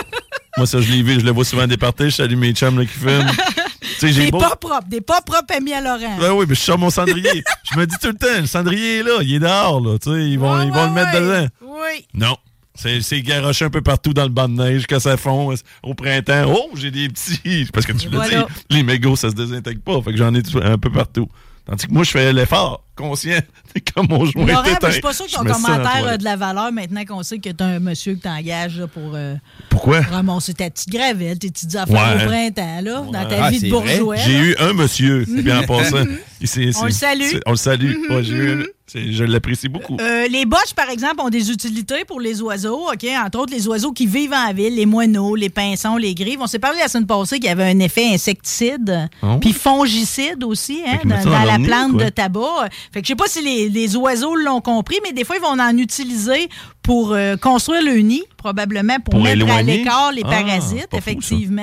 B: Moi, ça, je l'ai vu. Je le vois souvent départer. Je salue mes chums là, qui fument. tu sais, j'ai
C: Des
B: beau.
C: pas propres, des pas propres amis à Laurent.
B: Ben oui, mais je sors mon cendrier. je me dis tout le temps, le cendrier est là. Il est dehors, là. Tu sais, ils vont,
C: Ouais,
B: ils vont
C: ouais,
B: le mettre
C: ouais.
B: dedans.
C: Oui.
B: Non. C'est c'est garoché un peu partout dans le banc de neige que ça fond au printemps. Oh, j'ai des petits. Parce que tu
C: Et
B: me
C: voilà.
B: dis, les mégots, ça se désintègre pas. Fait que j'en ai tout- un peu partout. Tandis que moi, je fais l'effort conscient. C'est comme mon joint
C: Laurent,
B: est
C: je suis pas sûr que ton
B: mets ça dans la
C: commentaire a
B: toilette.
C: de la valeur maintenant qu'on sait que t'as un monsieur que t'engages là, pour euh,
B: Pourquoi?
C: ramasser ta petite gravelle, tes petites affaires
B: Ouais.
C: au printemps, là, dans ta
D: Ah,
C: vie
D: c'est
C: de
D: vrai.
C: bourgeois.
B: J'ai
C: là.
B: eu un monsieur, bien en passant. Il s'est-
C: On le
B: c'est-
C: salue.
B: c'est- On le salue. Ouais, j'ai eu un- c'est- je l'apprécie beaucoup.
C: Euh, les boches, par exemple, ont des utilités pour les oiseaux, OK? Entre autres, les oiseaux qui vivent en ville, les moineaux, les pinsons, les grives. On s'est parlé la semaine passée qu'il y avait un effet insecticide,
B: Ah ouais?
C: puis fongicide aussi, hein,
B: Fait qu'ils
C: dans,
B: mettent ça dans
C: dans
B: leur
C: la
B: nid,
C: plante
B: quoi.
C: de tabac. Fait que je sais pas si les, les oiseaux l'ont compris, mais des fois, ils vont en utiliser pour euh, construire le nid, probablement pour,
B: Pour
C: mettre à
B: éloigner?
C: l'écart les
B: Ah,
C: parasites,
B: pas fou, ça.
C: effectivement.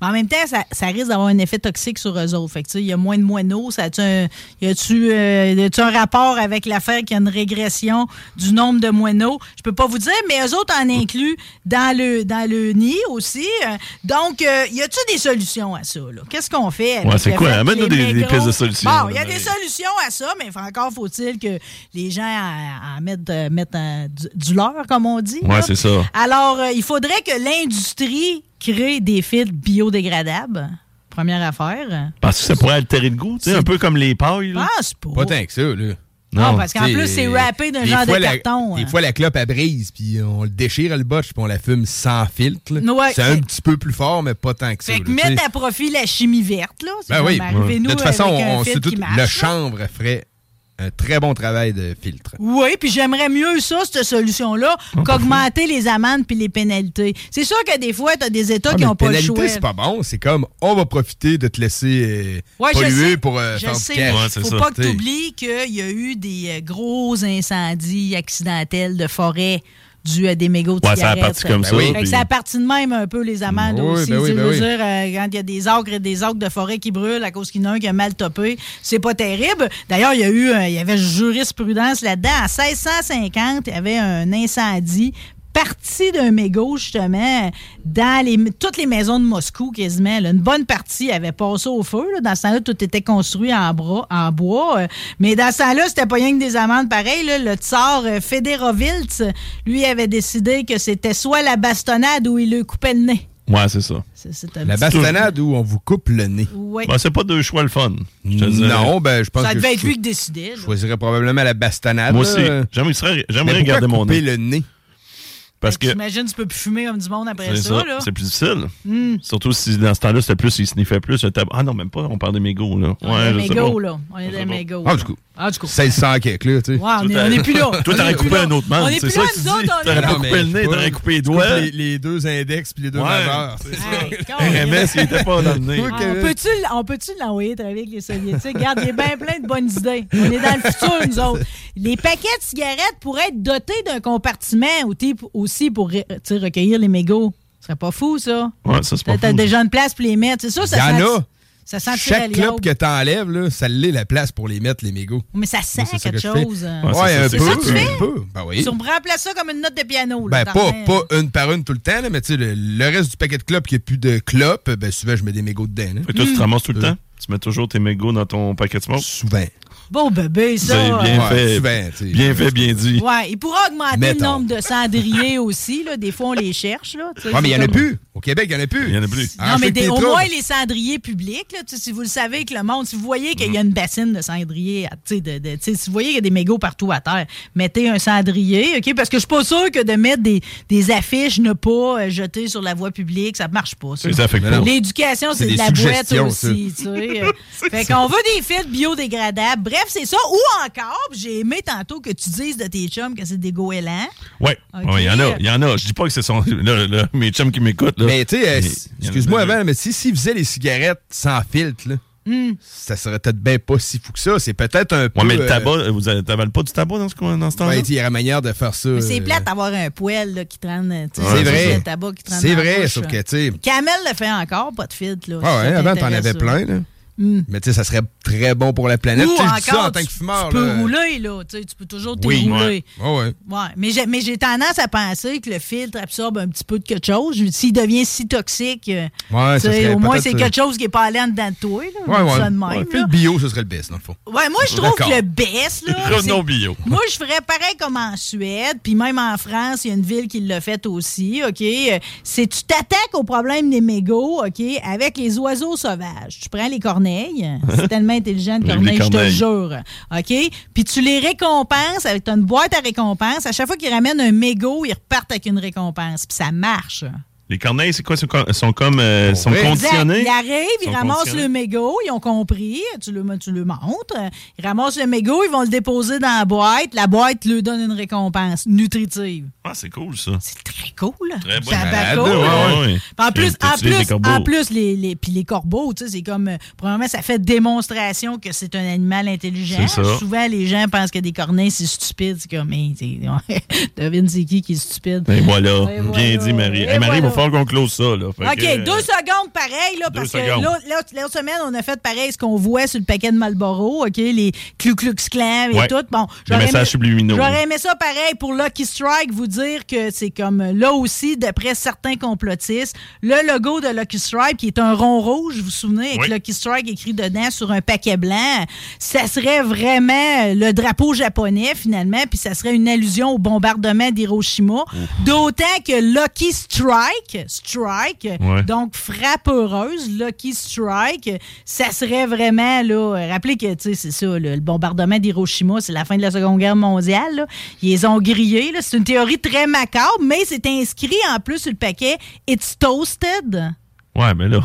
C: Mais en même temps, ça, ça risque d'avoir un effet toxique sur eux autres. Fait que, tu sais, il y a moins de moineaux. Ça a-tu un- y a-tu euh, y a-tu un rapport avec l'affaire qu'il y a une régression du nombre de moineaux? Je peux pas vous dire, mais eux autres en incluent dans le, dans le nid aussi. Euh, Donc, euh, y a-tu des solutions à ça? là? Qu'est-ce qu'on fait? avec
B: Ouais, c'est
C: le
B: quoi?
C: fait que
B: Amène-nous
C: les
B: des- des
C: mégots-
B: pistes de solutions,
C: Bon, il y
B: là,
C: a des
B: Marie.
C: solutions à ça, mais encore faut-il que les gens en, en mettent, euh, mettent euh, du, du leur, comme on dit.
B: Ouais,
C: là.
B: c'est ça.
C: Alors, euh, il faudrait que l'industrie crée des filtres biodégradables. Première affaire.
B: Parce que ça pourrait altérer le goût, tu sais, un peu comme les pailles.
C: Je
B: là.
C: pense pas.
D: Pas tant que ça, là.
C: Non, parce qu'en
D: Tu sais,
C: plus, c'est
D: euh,
C: wrappé d'un
D: des
C: genre
D: fois,
C: de
D: la-
C: carton.
D: Des
C: hein.
D: fois, la clope, elle brise, puis on le déchire, le botch, puis on la fume sans filtre. là.
C: Ouais.
D: c'est un petit peu plus fort, mais pas tant que ça.
C: fait
D: là,
C: que
D: tu sais.
C: mettre à profit la chimie verte, là. C'est
D: Ben
C: comme
D: oui.
C: arrivez-nous
D: De toute façon,
C: avec un
D: on
C: filtre
D: sait tout.
C: qui
D: le
C: marche, là.
D: chanvre ferait un très bon travail de filtre.
C: Oui, puis j'aimerais mieux ça, cette
D: Ah,
C: solution-là, qu'augmenter les amendes puis les pénalités. C'est sûr que des fois, tu as des États
D: Ah,
C: qui
D: mais
C: n'ont pas le
D: pénalité,
C: choix.
D: c'est pas bon. C'est comme, on va profiter de te laisser euh,
C: Ouais, je
D: polluer
C: sais.
D: pour euh,
C: je
D: faire
C: sais,
D: du cash.
C: mais
B: Ouais, c'est
C: faut
B: ça,
C: pas que
D: t'sais.
C: tu oublies qu'il y a eu des euh, gros incendies accidentels de forêt dus à des mégots de
B: Ouais, ça a
C: cigarettes.
B: parti comme
D: Ben
B: ça.
D: oui.
C: Fait que
B: puis-
C: ça appartit de même un peu les amendes
D: Oui,
C: aussi.
D: ben oui,
C: Tu sais,
D: ben
C: je veux
D: oui.
C: dire, euh, quand il y a des acres et des acres de forêt qui brûlent à cause qu'il y en a un qui a mal topé, c'est pas terrible. D'ailleurs, il y a eu, euh, il y avait jurisprudence là-dedans. En 1650, il y avait un incendie parti d'un mégot, justement, dans les, toutes les maisons de Moscou, quasiment. là. Une bonne partie avait passé au feu. là. Dans ce temps-là, tout était construit en, bras, en bois. euh, mais dans ce temps-là, c'était pas rien que des amendes pareilles. là. Le tsar euh, Fédérovilts, lui, avait décidé que c'était soit la bastonnade ou il le coupait le nez.
B: Ouais, c'est ça.
C: C'est- c'est un
D: La
C: petit-
D: bastonnade où on vous coupe le nez.
C: Oui.
B: Ben, c'est pas deux choix le fun. je te dirais.
D: Non, ben, je pense
C: ça
D: que
C: devait
D: je
C: être lui qui décidait. là.
D: choisirais probablement la bastonnade.
B: Moi
D: là. euh,
B: aussi. J'aimerais,
D: Mais
B: j'aimerais
D: pourquoi
B: garder mon
D: couper
B: nez.
D: le nez?
B: Parce que.
C: J'imagine tu peux plus fumer comme du monde après
B: C'est
C: ça.
B: ça,
C: là.
B: c'est plus difficile.
D: Hmm.
B: Surtout si dans ce temps-là, c'était plus, il sniffait plus. le tabac. Ah non, même pas, on parle des mégots, là.
C: On est
B: je
C: des
B: sais
C: mégots,
B: pas.
C: là. On est des
B: pas.
C: mégots.
D: Ah,
C: là.
D: du coup.
C: Ah, du coup.
D: C'est le sang kick, là, tu sais.
C: Ouais, on est- on est plus là.
B: Toi,
C: On est
B: t'aurais
C: plus
B: coupé
C: là.
B: un autre membre,
C: On
B: c'est
C: est plus
B: ça
C: là,
B: que tu
C: nous
B: dis.
C: autres, on est-
B: T'aurais pas
D: Non, mais
B: coupé le
D: je sais
B: nez,
D: pas.
B: t'aurais coupé les
D: Tu coupes
B: doigts.
D: Les, les deux index puis les deux
B: Ouais.
D: majeurs. c'est ça.
C: Hey,
B: RMS, il était pas dans le nez.
D: Toi,
C: On
D: Kevin.
C: peut-tu l- on peut-tu l'envoyer travailler avec les Soviétiques? Regarde, il y a bien plein de bonnes idées. On est dans le futur, nous autres. Les paquets de cigarettes pourraient être dotés d'un compartiment ou type- aussi pour re- tu sais, recueillir les mégots. Ce serait pas fou, ça.
B: Ouais, ça, c'est pas
C: T'as t'as
B: fou.
C: déjà une place pour les mettre. C'est ça, ça
D: Y en
C: sent-
D: a.
C: Ça sent
D: Chaque clope que t'enlèves, là, ça l'est la place pour les mettre, les mégots.
C: Mais ça
D: Moi,
C: sent
D: c'est ça
C: quelque
D: que je fais.
C: chose. euh.
B: Ouais,
D: Ouais,
B: c'est ça,
D: un
B: c'est
D: peu.
B: ça.
C: C'est ça que tu
D: Un peu. Ben oui.
C: Si on remplace ça comme une note de piano. là,
D: Ben,
C: t'en hein.
D: pas,
C: remets-
D: pas une par une tout le temps, là, mais tu sais, le, le reste du paquet de clopes qui a plus de clopes, ben souvent, je mets des mégots dedans. là.
B: Fait que
C: Mm.
B: toi, tu te ramasses tout le
D: Euh.
B: temps. Tu mets toujours tes mégots dans ton paquet de smoke.
D: Souvent.
C: Bon bébé, ça.
B: C'est
C: euh,
B: bien
D: Ouais,
B: fait.
D: souvent, tu sais.
B: Bien fait, bien dit.
C: Ouais, il pourra augmenter
D: Mettons.
C: le nombre de cendriers aussi. Là. Des fois, on les cherche. Là, tu sais,
D: Ouais, mais il y en a
C: comme-
D: plus. Au Québec, il y en a plus. Ah,
B: Il y en a plus.
C: non,
D: Arrache
C: mais
D: avec
C: des-
D: tes
C: au
D: troubles.
C: moins les cendriers publics, là, tu sais, si vous le savez que le monde, si vous voyez qu'il y a
D: Mm-hmm.
C: une bassine de cendriers, à- tu sais, de- de- tu sais, si vous voyez qu'il y a des mégots partout à terre, mettez un cendrier, OK? Parce que je suis pas sûr que de mettre des, des affiches ne pas euh, jeter sur la voie publique, ça marche pas. ça.
B: C'est ça, fait que
D: Mais non.
C: L'éducation, c'est
D: C'est
C: de
D: des
C: la boîte
D: suggestions,
C: aussi. tu sais. euh. fait qu'on veut des fils biodégradables. Bref, c'est ça. Ou encore, puis j'ai aimé tantôt que tu dises de tes chums que c'est des goélands.
B: Ouais,
C: Ok.
B: il y en a, il y en a. Je dis pas que ce sont là, là, mes chums qui m'écoutent. là.
D: Mais tu sais, euh,
B: Mais-
D: si- excuse-moi
B: il y en a
D: avant, mais si s'ils faisaient les cigarettes sans filtre, là,
C: Hmm.
D: ça serait peut-être bien pas si fou que ça. C'est peut-être un peu.
B: Ouais, mais le
D: euh,
B: tabac, euh, vous avez- t'avales pas du tabac dans ce, coin- dans ce temps-là?
D: ouais, tu sais, il y a la manière de faire ça.
C: Mais C'est
D: euh,
C: plate d'avoir un poêl là, qui traîne. tu sais,
D: C'est
C: sur
D: vrai.
C: le tabac qui traîne
D: C'est
C: dans la
D: vrai,
C: bouche, hein.
D: sauf que,
C: là.
D: tu sais.
C: Camel le fait encore, pas de filtre. Là,
D: Ouais, Ah ouais,
C: si ça
D: avant, t'en
C: t'intéresse,
D: avais
C: là.
D: plein, là. Mais tu sais, ça serait très bon pour la planète.
C: Ou
D: Tu sais, je
C: encore,
D: dis ça en tant
C: tu-
D: que fumeur.
C: tu peux
D: là.
C: rouler, là. Tu sais, tu peux toujours te
D: Oui,
C: rouler.
B: ouais.
D: Ouais, ouais.
C: Ouais, mais j'ai, mais j'ai tendance à penser que le filtre absorbe un petit peu de quelque chose. Je- S'il devient si toxique, euh,
D: Ouais,
C: tu
D: ça
C: sais,
D: serait
C: au moins
D: peut-être,
C: c'est quelque chose qui n'est pas allé en dedans de toi. Là,
D: Ouais,
C: Je dis
D: ouais.
C: ça de même,
D: Ouais,
C: là.
D: Puis le bio, ce serait le best, dans le fond.
C: Ouais, moi, je trouve
D: D'accord.
C: que le best, là.
B: Revenons
C: c'est-
B: au bio.
C: Moi, je ferais pareil comme en Suède, puis même en France, il y a une ville qui l'a fait aussi, OK? Euh, C'est tu t'attaques au problème des mégots, OK, avec les oiseaux sauvages. Tu prends les corneilles, c'est tellement intelligent de
B: Les
C: corneilles, je te le
B: corneilles.
C: jure, OK? Puis tu les récompenses avec t'as une boîte à récompenses. À chaque fois qu'ils ramènent un mégot, ils repartent avec une récompense, puis ça marche.
B: Les corneilles, c'est quoi? Sont, co- sont comme euh, sont
D: Exact.
B: conditionnés?
C: Exact. Ils arrivent, Ben, ils
B: Sont
C: ramassent
B: conditionnés.
C: le mégot, ils ont compris, tu le, tu le montres, euh, ils ramassent le mégot, ils vont le déposer dans la boîte, la boîte leur donne une récompense nutritive.
B: Ah, c'est cool, ça.
C: C'est très cool.
B: Très bonne
C: Tabaco,
B: malade,
C: là.
B: ouais, ouais.
C: Puis En plus,
B: T'as
C: en
B: tué des
C: plus,
B: corbeaux.
C: en plus les, les, puis les corbeaux, tu sais, c'est comme, euh, premièrement, ça fait démonstration que c'est un animal intelligent.
B: C'est ça.
C: Souvent, les gens pensent que des corneilles, c'est stupide. C'est comme, hey, t'sais, devine c'est qui qui est stupide.
B: Et voilà.
C: Et
B: Bien
C: voilà.
B: dit, Marie.
C: Et
B: Hey, Marie, il va
C: voilà.
B: falloir qu'on close ça. Là. Fait
C: OK,
B: que, euh,
C: deux secondes pareil, là,
B: deux
C: parce
B: secondes.
C: que l'autre- l'autre l'autre semaine, on a fait pareil ce qu'on voit sur le paquet de Marlboro, OK, les clou clou clan et
B: Ouais.
C: tout.
B: Les
C: Bon, j'aurais
B: messages subliminaux.
C: J'aurais aimé ça pareil pour Lucky Strike, vous dire que c'est comme là aussi, d'après certains complotistes, le logo de Lucky Strike, qui est un rond rouge, vous vous souvenez, avec
B: Oui.
C: Lucky Strike écrit dedans sur un paquet blanc, ça serait vraiment le drapeau japonais, finalement, puis ça serait une allusion au bombardement d'Hiroshima. D'autant que Lucky Strike, Strike,
B: Ouais.
C: donc frappe heureuse, Lucky Strike, ça serait vraiment, là, rappelez que, tu sais, c'est ça, le, le bombardement d'Hiroshima, c'est la fin de la Seconde Guerre mondiale, là. Ils les ont grillés, là. C'est une théorie très macabre, mais c'est inscrit en plus sur le paquet It's toasted.
B: Ouais, mais là.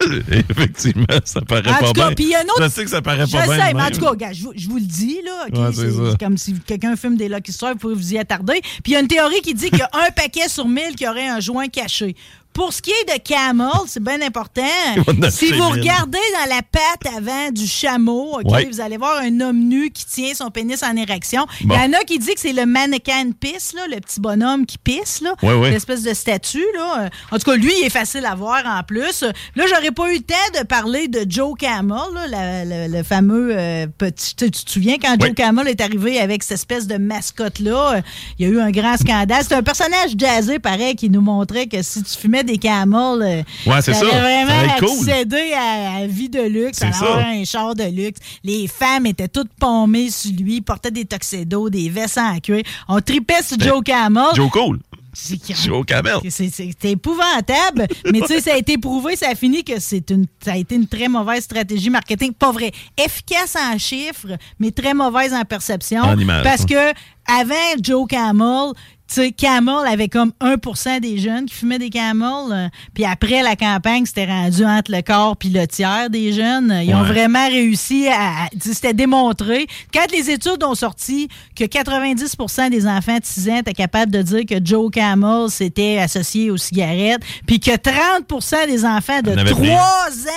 B: Effectivement, ça paraît
C: En
B: pas
C: tout cas,
B: bien.
C: puis il y a un autre-
B: Je sais que ça paraît
C: Je
B: pas bien.
C: sais, mais en
B: même.
C: tout cas, gars, je, vous- je vous le dis, là. ok,
B: Ouais, c'est
C: c'est
B: ça.
C: c'est comme si quelqu'un filme des Lucky Strike, vous pouvez vous y attarder. Puis il y a une théorie qui dit qu'il y a un paquet sur mille qui aurait un joint caché. Pour ce qui est de Camel, c'est bien important.
B: Ils vont en acheter
C: Si vous
B: mille.
C: regardez dans la patte avant du chameau, ok,
B: Ouais.
C: vous allez voir un homme nu qui tient son pénis en érection. Il
B: Bon.
C: y en a qui dit que c'est le mannequin de pisse, là, le petit bonhomme qui pisse, là,
B: Ouais, ouais.
C: l'espèce de statue. Là. En tout cas, lui, il est facile à voir en plus. Là, j'aurais pas eu le temps de parler de Joe Camel, là, la- la- le fameux euh, petit. Tu tu te souviens quand
B: Oui.
C: Joe Camel est arrivé avec cette espèce de mascotte-là? euh, Il y a eu un grand scandale. C'est un personnage jazzé, pareil, qui nous montrait que si tu fumais des camels, euh,
B: Ouais, c'est
C: t'allais
B: ça. Ça allait
C: vraiment
B: être cool.
C: accéder à la vie de luxe, à
B: C'est
C: avoir
B: ça.
C: un char de luxe. Les femmes étaient toutes pommées sur lui, portaient des tuxedos, des vestes en cuir. On tripait sur Joe Camel.
B: Joe Cole.
C: C'est qui-
B: Joe Camel.
C: que c'est- C'est c'est épouvantable, mais tu sais, ça a été prouvé, ça a fini que c'est une, ça a été une très mauvaise stratégie marketing. Pas vrai. Efficace en chiffres, mais très mauvaise en perception.
B: En image,
C: parce
B: ouais.
C: que avant Joe Camel, tu sais, Camel avait comme 1 des jeunes qui fumaient des Camels. euh, Puis après la campagne, c'était rendu entre le corps puis le tiers des jeunes. Ils ont
B: Ouais.
C: vraiment réussi à. à- tu sais, C'était démontré. Quand les études ont sorti que 90 des enfants de 6 ans étaient capables de dire que Joe Camel s'était associé aux cigarettes, puis que 30 des enfants de
B: En avaient
C: 3
B: pris.
C: ans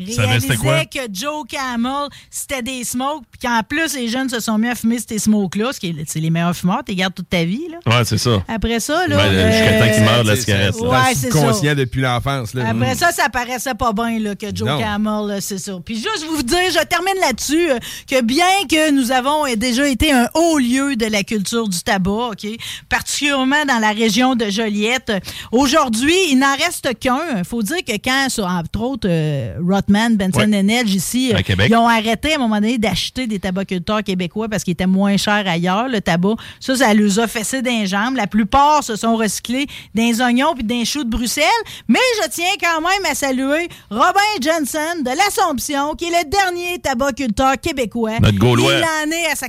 B: Savaient c'était quoi?
C: réalisaient que Joe Camel, c'était des smokes, puis qu'en plus, les jeunes se sont mis à fumer ces smokes-là, ce qui est c'est les meilleurs fumeurs, tu les gardes toute ta vie. Là.
B: Ouais, c'est ça.
C: Après ça, là.
B: Ben, euh, jusqu'à temps qu'il meure de la
D: C'est-
B: cigarette.
D: c'est
B: là.
D: dans le
C: Ouais, c'est ça.
D: subconscient depuis l'enfance. là. Hmm.
B: Mm.
C: Après ça, ça paraissait pas bien là, que Joe
D: Non.
C: Camel, là, c'est ça. Puis juste vous dire, je termine là-dessus, euh, que bien que nous avons euh, déjà été un haut lieu de la culture du tabac, OK, particulièrement dans la région de Joliette, euh, aujourd'hui, il n'en reste qu'un. faut dire que quand, sur- entre autres, euh, Rotman, Benson
B: Ouais.
C: and Edge ici,
B: À
C: euh,
B: Québec.
C: ils ont arrêté à un moment donné d'acheter des tabaculteurs québécois parce qu'il était moins cher ailleurs, le tabac. Ça, ça les a fessé d'un jambes. La plupart se sont recyclés des oignons puis d'un chou de Bruxelles. Mais je tiens quand même à saluer Robin Jensen de l'Assomption, qui est le dernier tabaculteur québécois.
B: Notre Gaulois.
C: Il en est à sa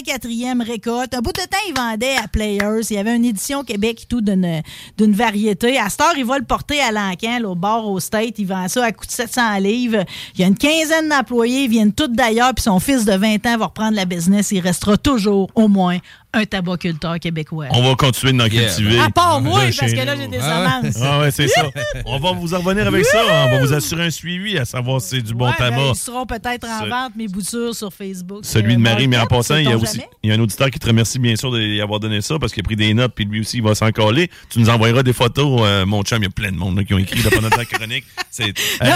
C: 84e récolte. Un bout de temps, il vendait à Players. Il y avait une édition Québec et tout d'une d'une variété. À Star, il va le porter à Lancan, là, au bar au State. Il vend ça à coût de 700 livres. Il y a une quinzaine d'employés. Ils viennent tous d'ailleurs. Puis son fils de 20 ans va reprendre la business. Il restera toujours au moins un tabaculteur québécois.
B: On va continuer de nous
D: Yeah.
B: cultiver.
C: À part moi,
B: Là,
C: parce
B: chez
C: que là,
B: nous.
C: j'ai des
D: Ah ouais.
C: semences.
B: Ah ouais, c'est ça. On va vous en revenir avec ça. On va vous assurer un suivi à savoir si c'est du bon
C: Ouais, ben,
B: tabac.
C: ils seront peut-être en
B: Ce-
C: vente, mes boutures sur Facebook.
B: Celui
C: Euh,
B: de Marie, mais en
C: Market,
B: passant, il y a
C: sait-on
B: aussi
C: jamais?
B: il y a un auditeur qui te remercie bien sûr d'y avoir donné ça parce qu'il a pris des notes puis lui aussi il va s'en coller. Tu nous envoyeras des photos. euh, mon chum, il y a plein de monde là, qui ont écrit là, pendant ta chronique. C'est, euh,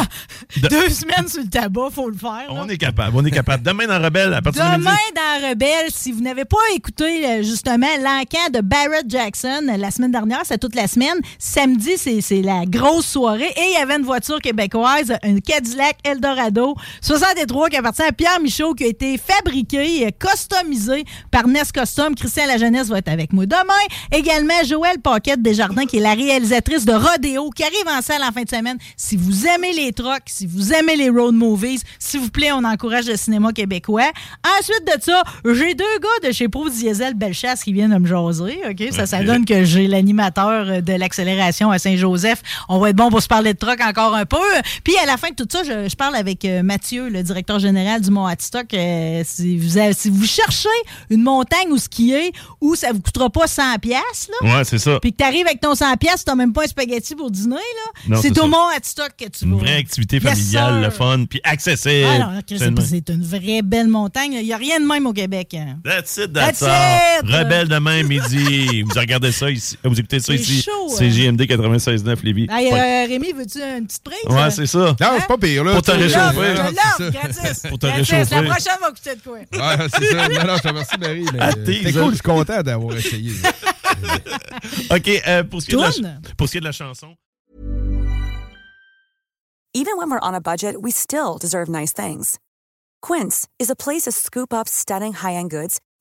B: de-
C: Deux semaines sur le tabac, faut le faire. là.
B: on est capable. On est capable. Demain dans Rebelle, à partir de
C: Demain
B: midi.
C: dans Rebelle, si vous n'avez pas écouté euh, justement l'encan de Barrett Jackson euh, la semaine dernière, c'est toute la semaine. Samedi, c'est c'est la grosse soirée. Et il y avait une voiture québécoise, une Cadillac Eldorado 63 qui appartient à Pierre Michaud, qui a été fabriquée, euh, customisée par Nest Custom. Christian La Jeunesse va être avec moi demain. Également, Joël Paquette Desjardins, qui est la réalisatrice de Rodéo, qui arrive en salle en fin de semaine. Si vous aimez les trucks, si vous aimez les road movies, s'il vous plaît, on encourage le cinéma québécois. Ensuite de ça, j'ai deux gars de chez Pro Diesel Bellechasse qui viennent de me jaser. OK? Ça, ça
B: Ok.
C: donne que j'ai l'animateur euh, de l'accélération à Saint-Joseph. On va être bon pour se parler de truck encore un peu. Puis à la fin de tout ça, je, je parle avec euh, Mathieu, le directeur général du Mont Atistoc. Euh, si, vous avez- si vous cherchez une montagne où skier, où ça vous coûtera pas 100 pièces là,
B: Ouais, c'est ça.
C: puis que t'arrives avec ton 100 pièces, t'as même pas un spaghetti pour dîner là.
B: Non,
C: C'est
B: c'est
C: au
B: ça.
C: Mont Atistoc que tu vas.
B: Une vraie activité
C: Yes,
B: familiale,
C: sir.
B: le fun, puis accessible.
C: Ah non, Chris,
B: C'est une-
C: c'est une vraie belle montagne. Il y a rien de même au Québec. hein.
B: That's it, that's,
C: That's
B: all.
C: it.
B: Rebelle demain midi. vous regardez ça ici. Vous écoutez ça
C: C'est
B: ici.
C: chaud,
B: C'est
C: hein.
B: JMD 96.9 Lévis.
C: Hey,
B: Ouais,
C: euh, Rémi, veux-tu une petite prise?
B: Ouais, c'est ça.
D: Non,
C: hein?
D: c'est pas pire. Là,
B: Pour te
D: Tu-
C: Je l'offre,
B: réchauffer.
C: je
D: Ouais,
C: l'offre,
D: c'est ça.
C: gratis.
B: Pour te
C: Gratis. La
B: réchauffer.
C: prochaine va coûter de quoi?
D: Ouais, c'est ça. Non, non, je te remercie, Marie. mais,
B: Ah,
D: euh,
B: t'es-
D: C'est cool, je suis content d'avoir essayé. là.
B: OK, euh, pour, ce qui est de la ch-
C: Tourne.
B: pour ce qui est de la chanson.
F: Even when we're on a budget, we still deserve nice things. Quince is a place to scoop up stunning high-end goods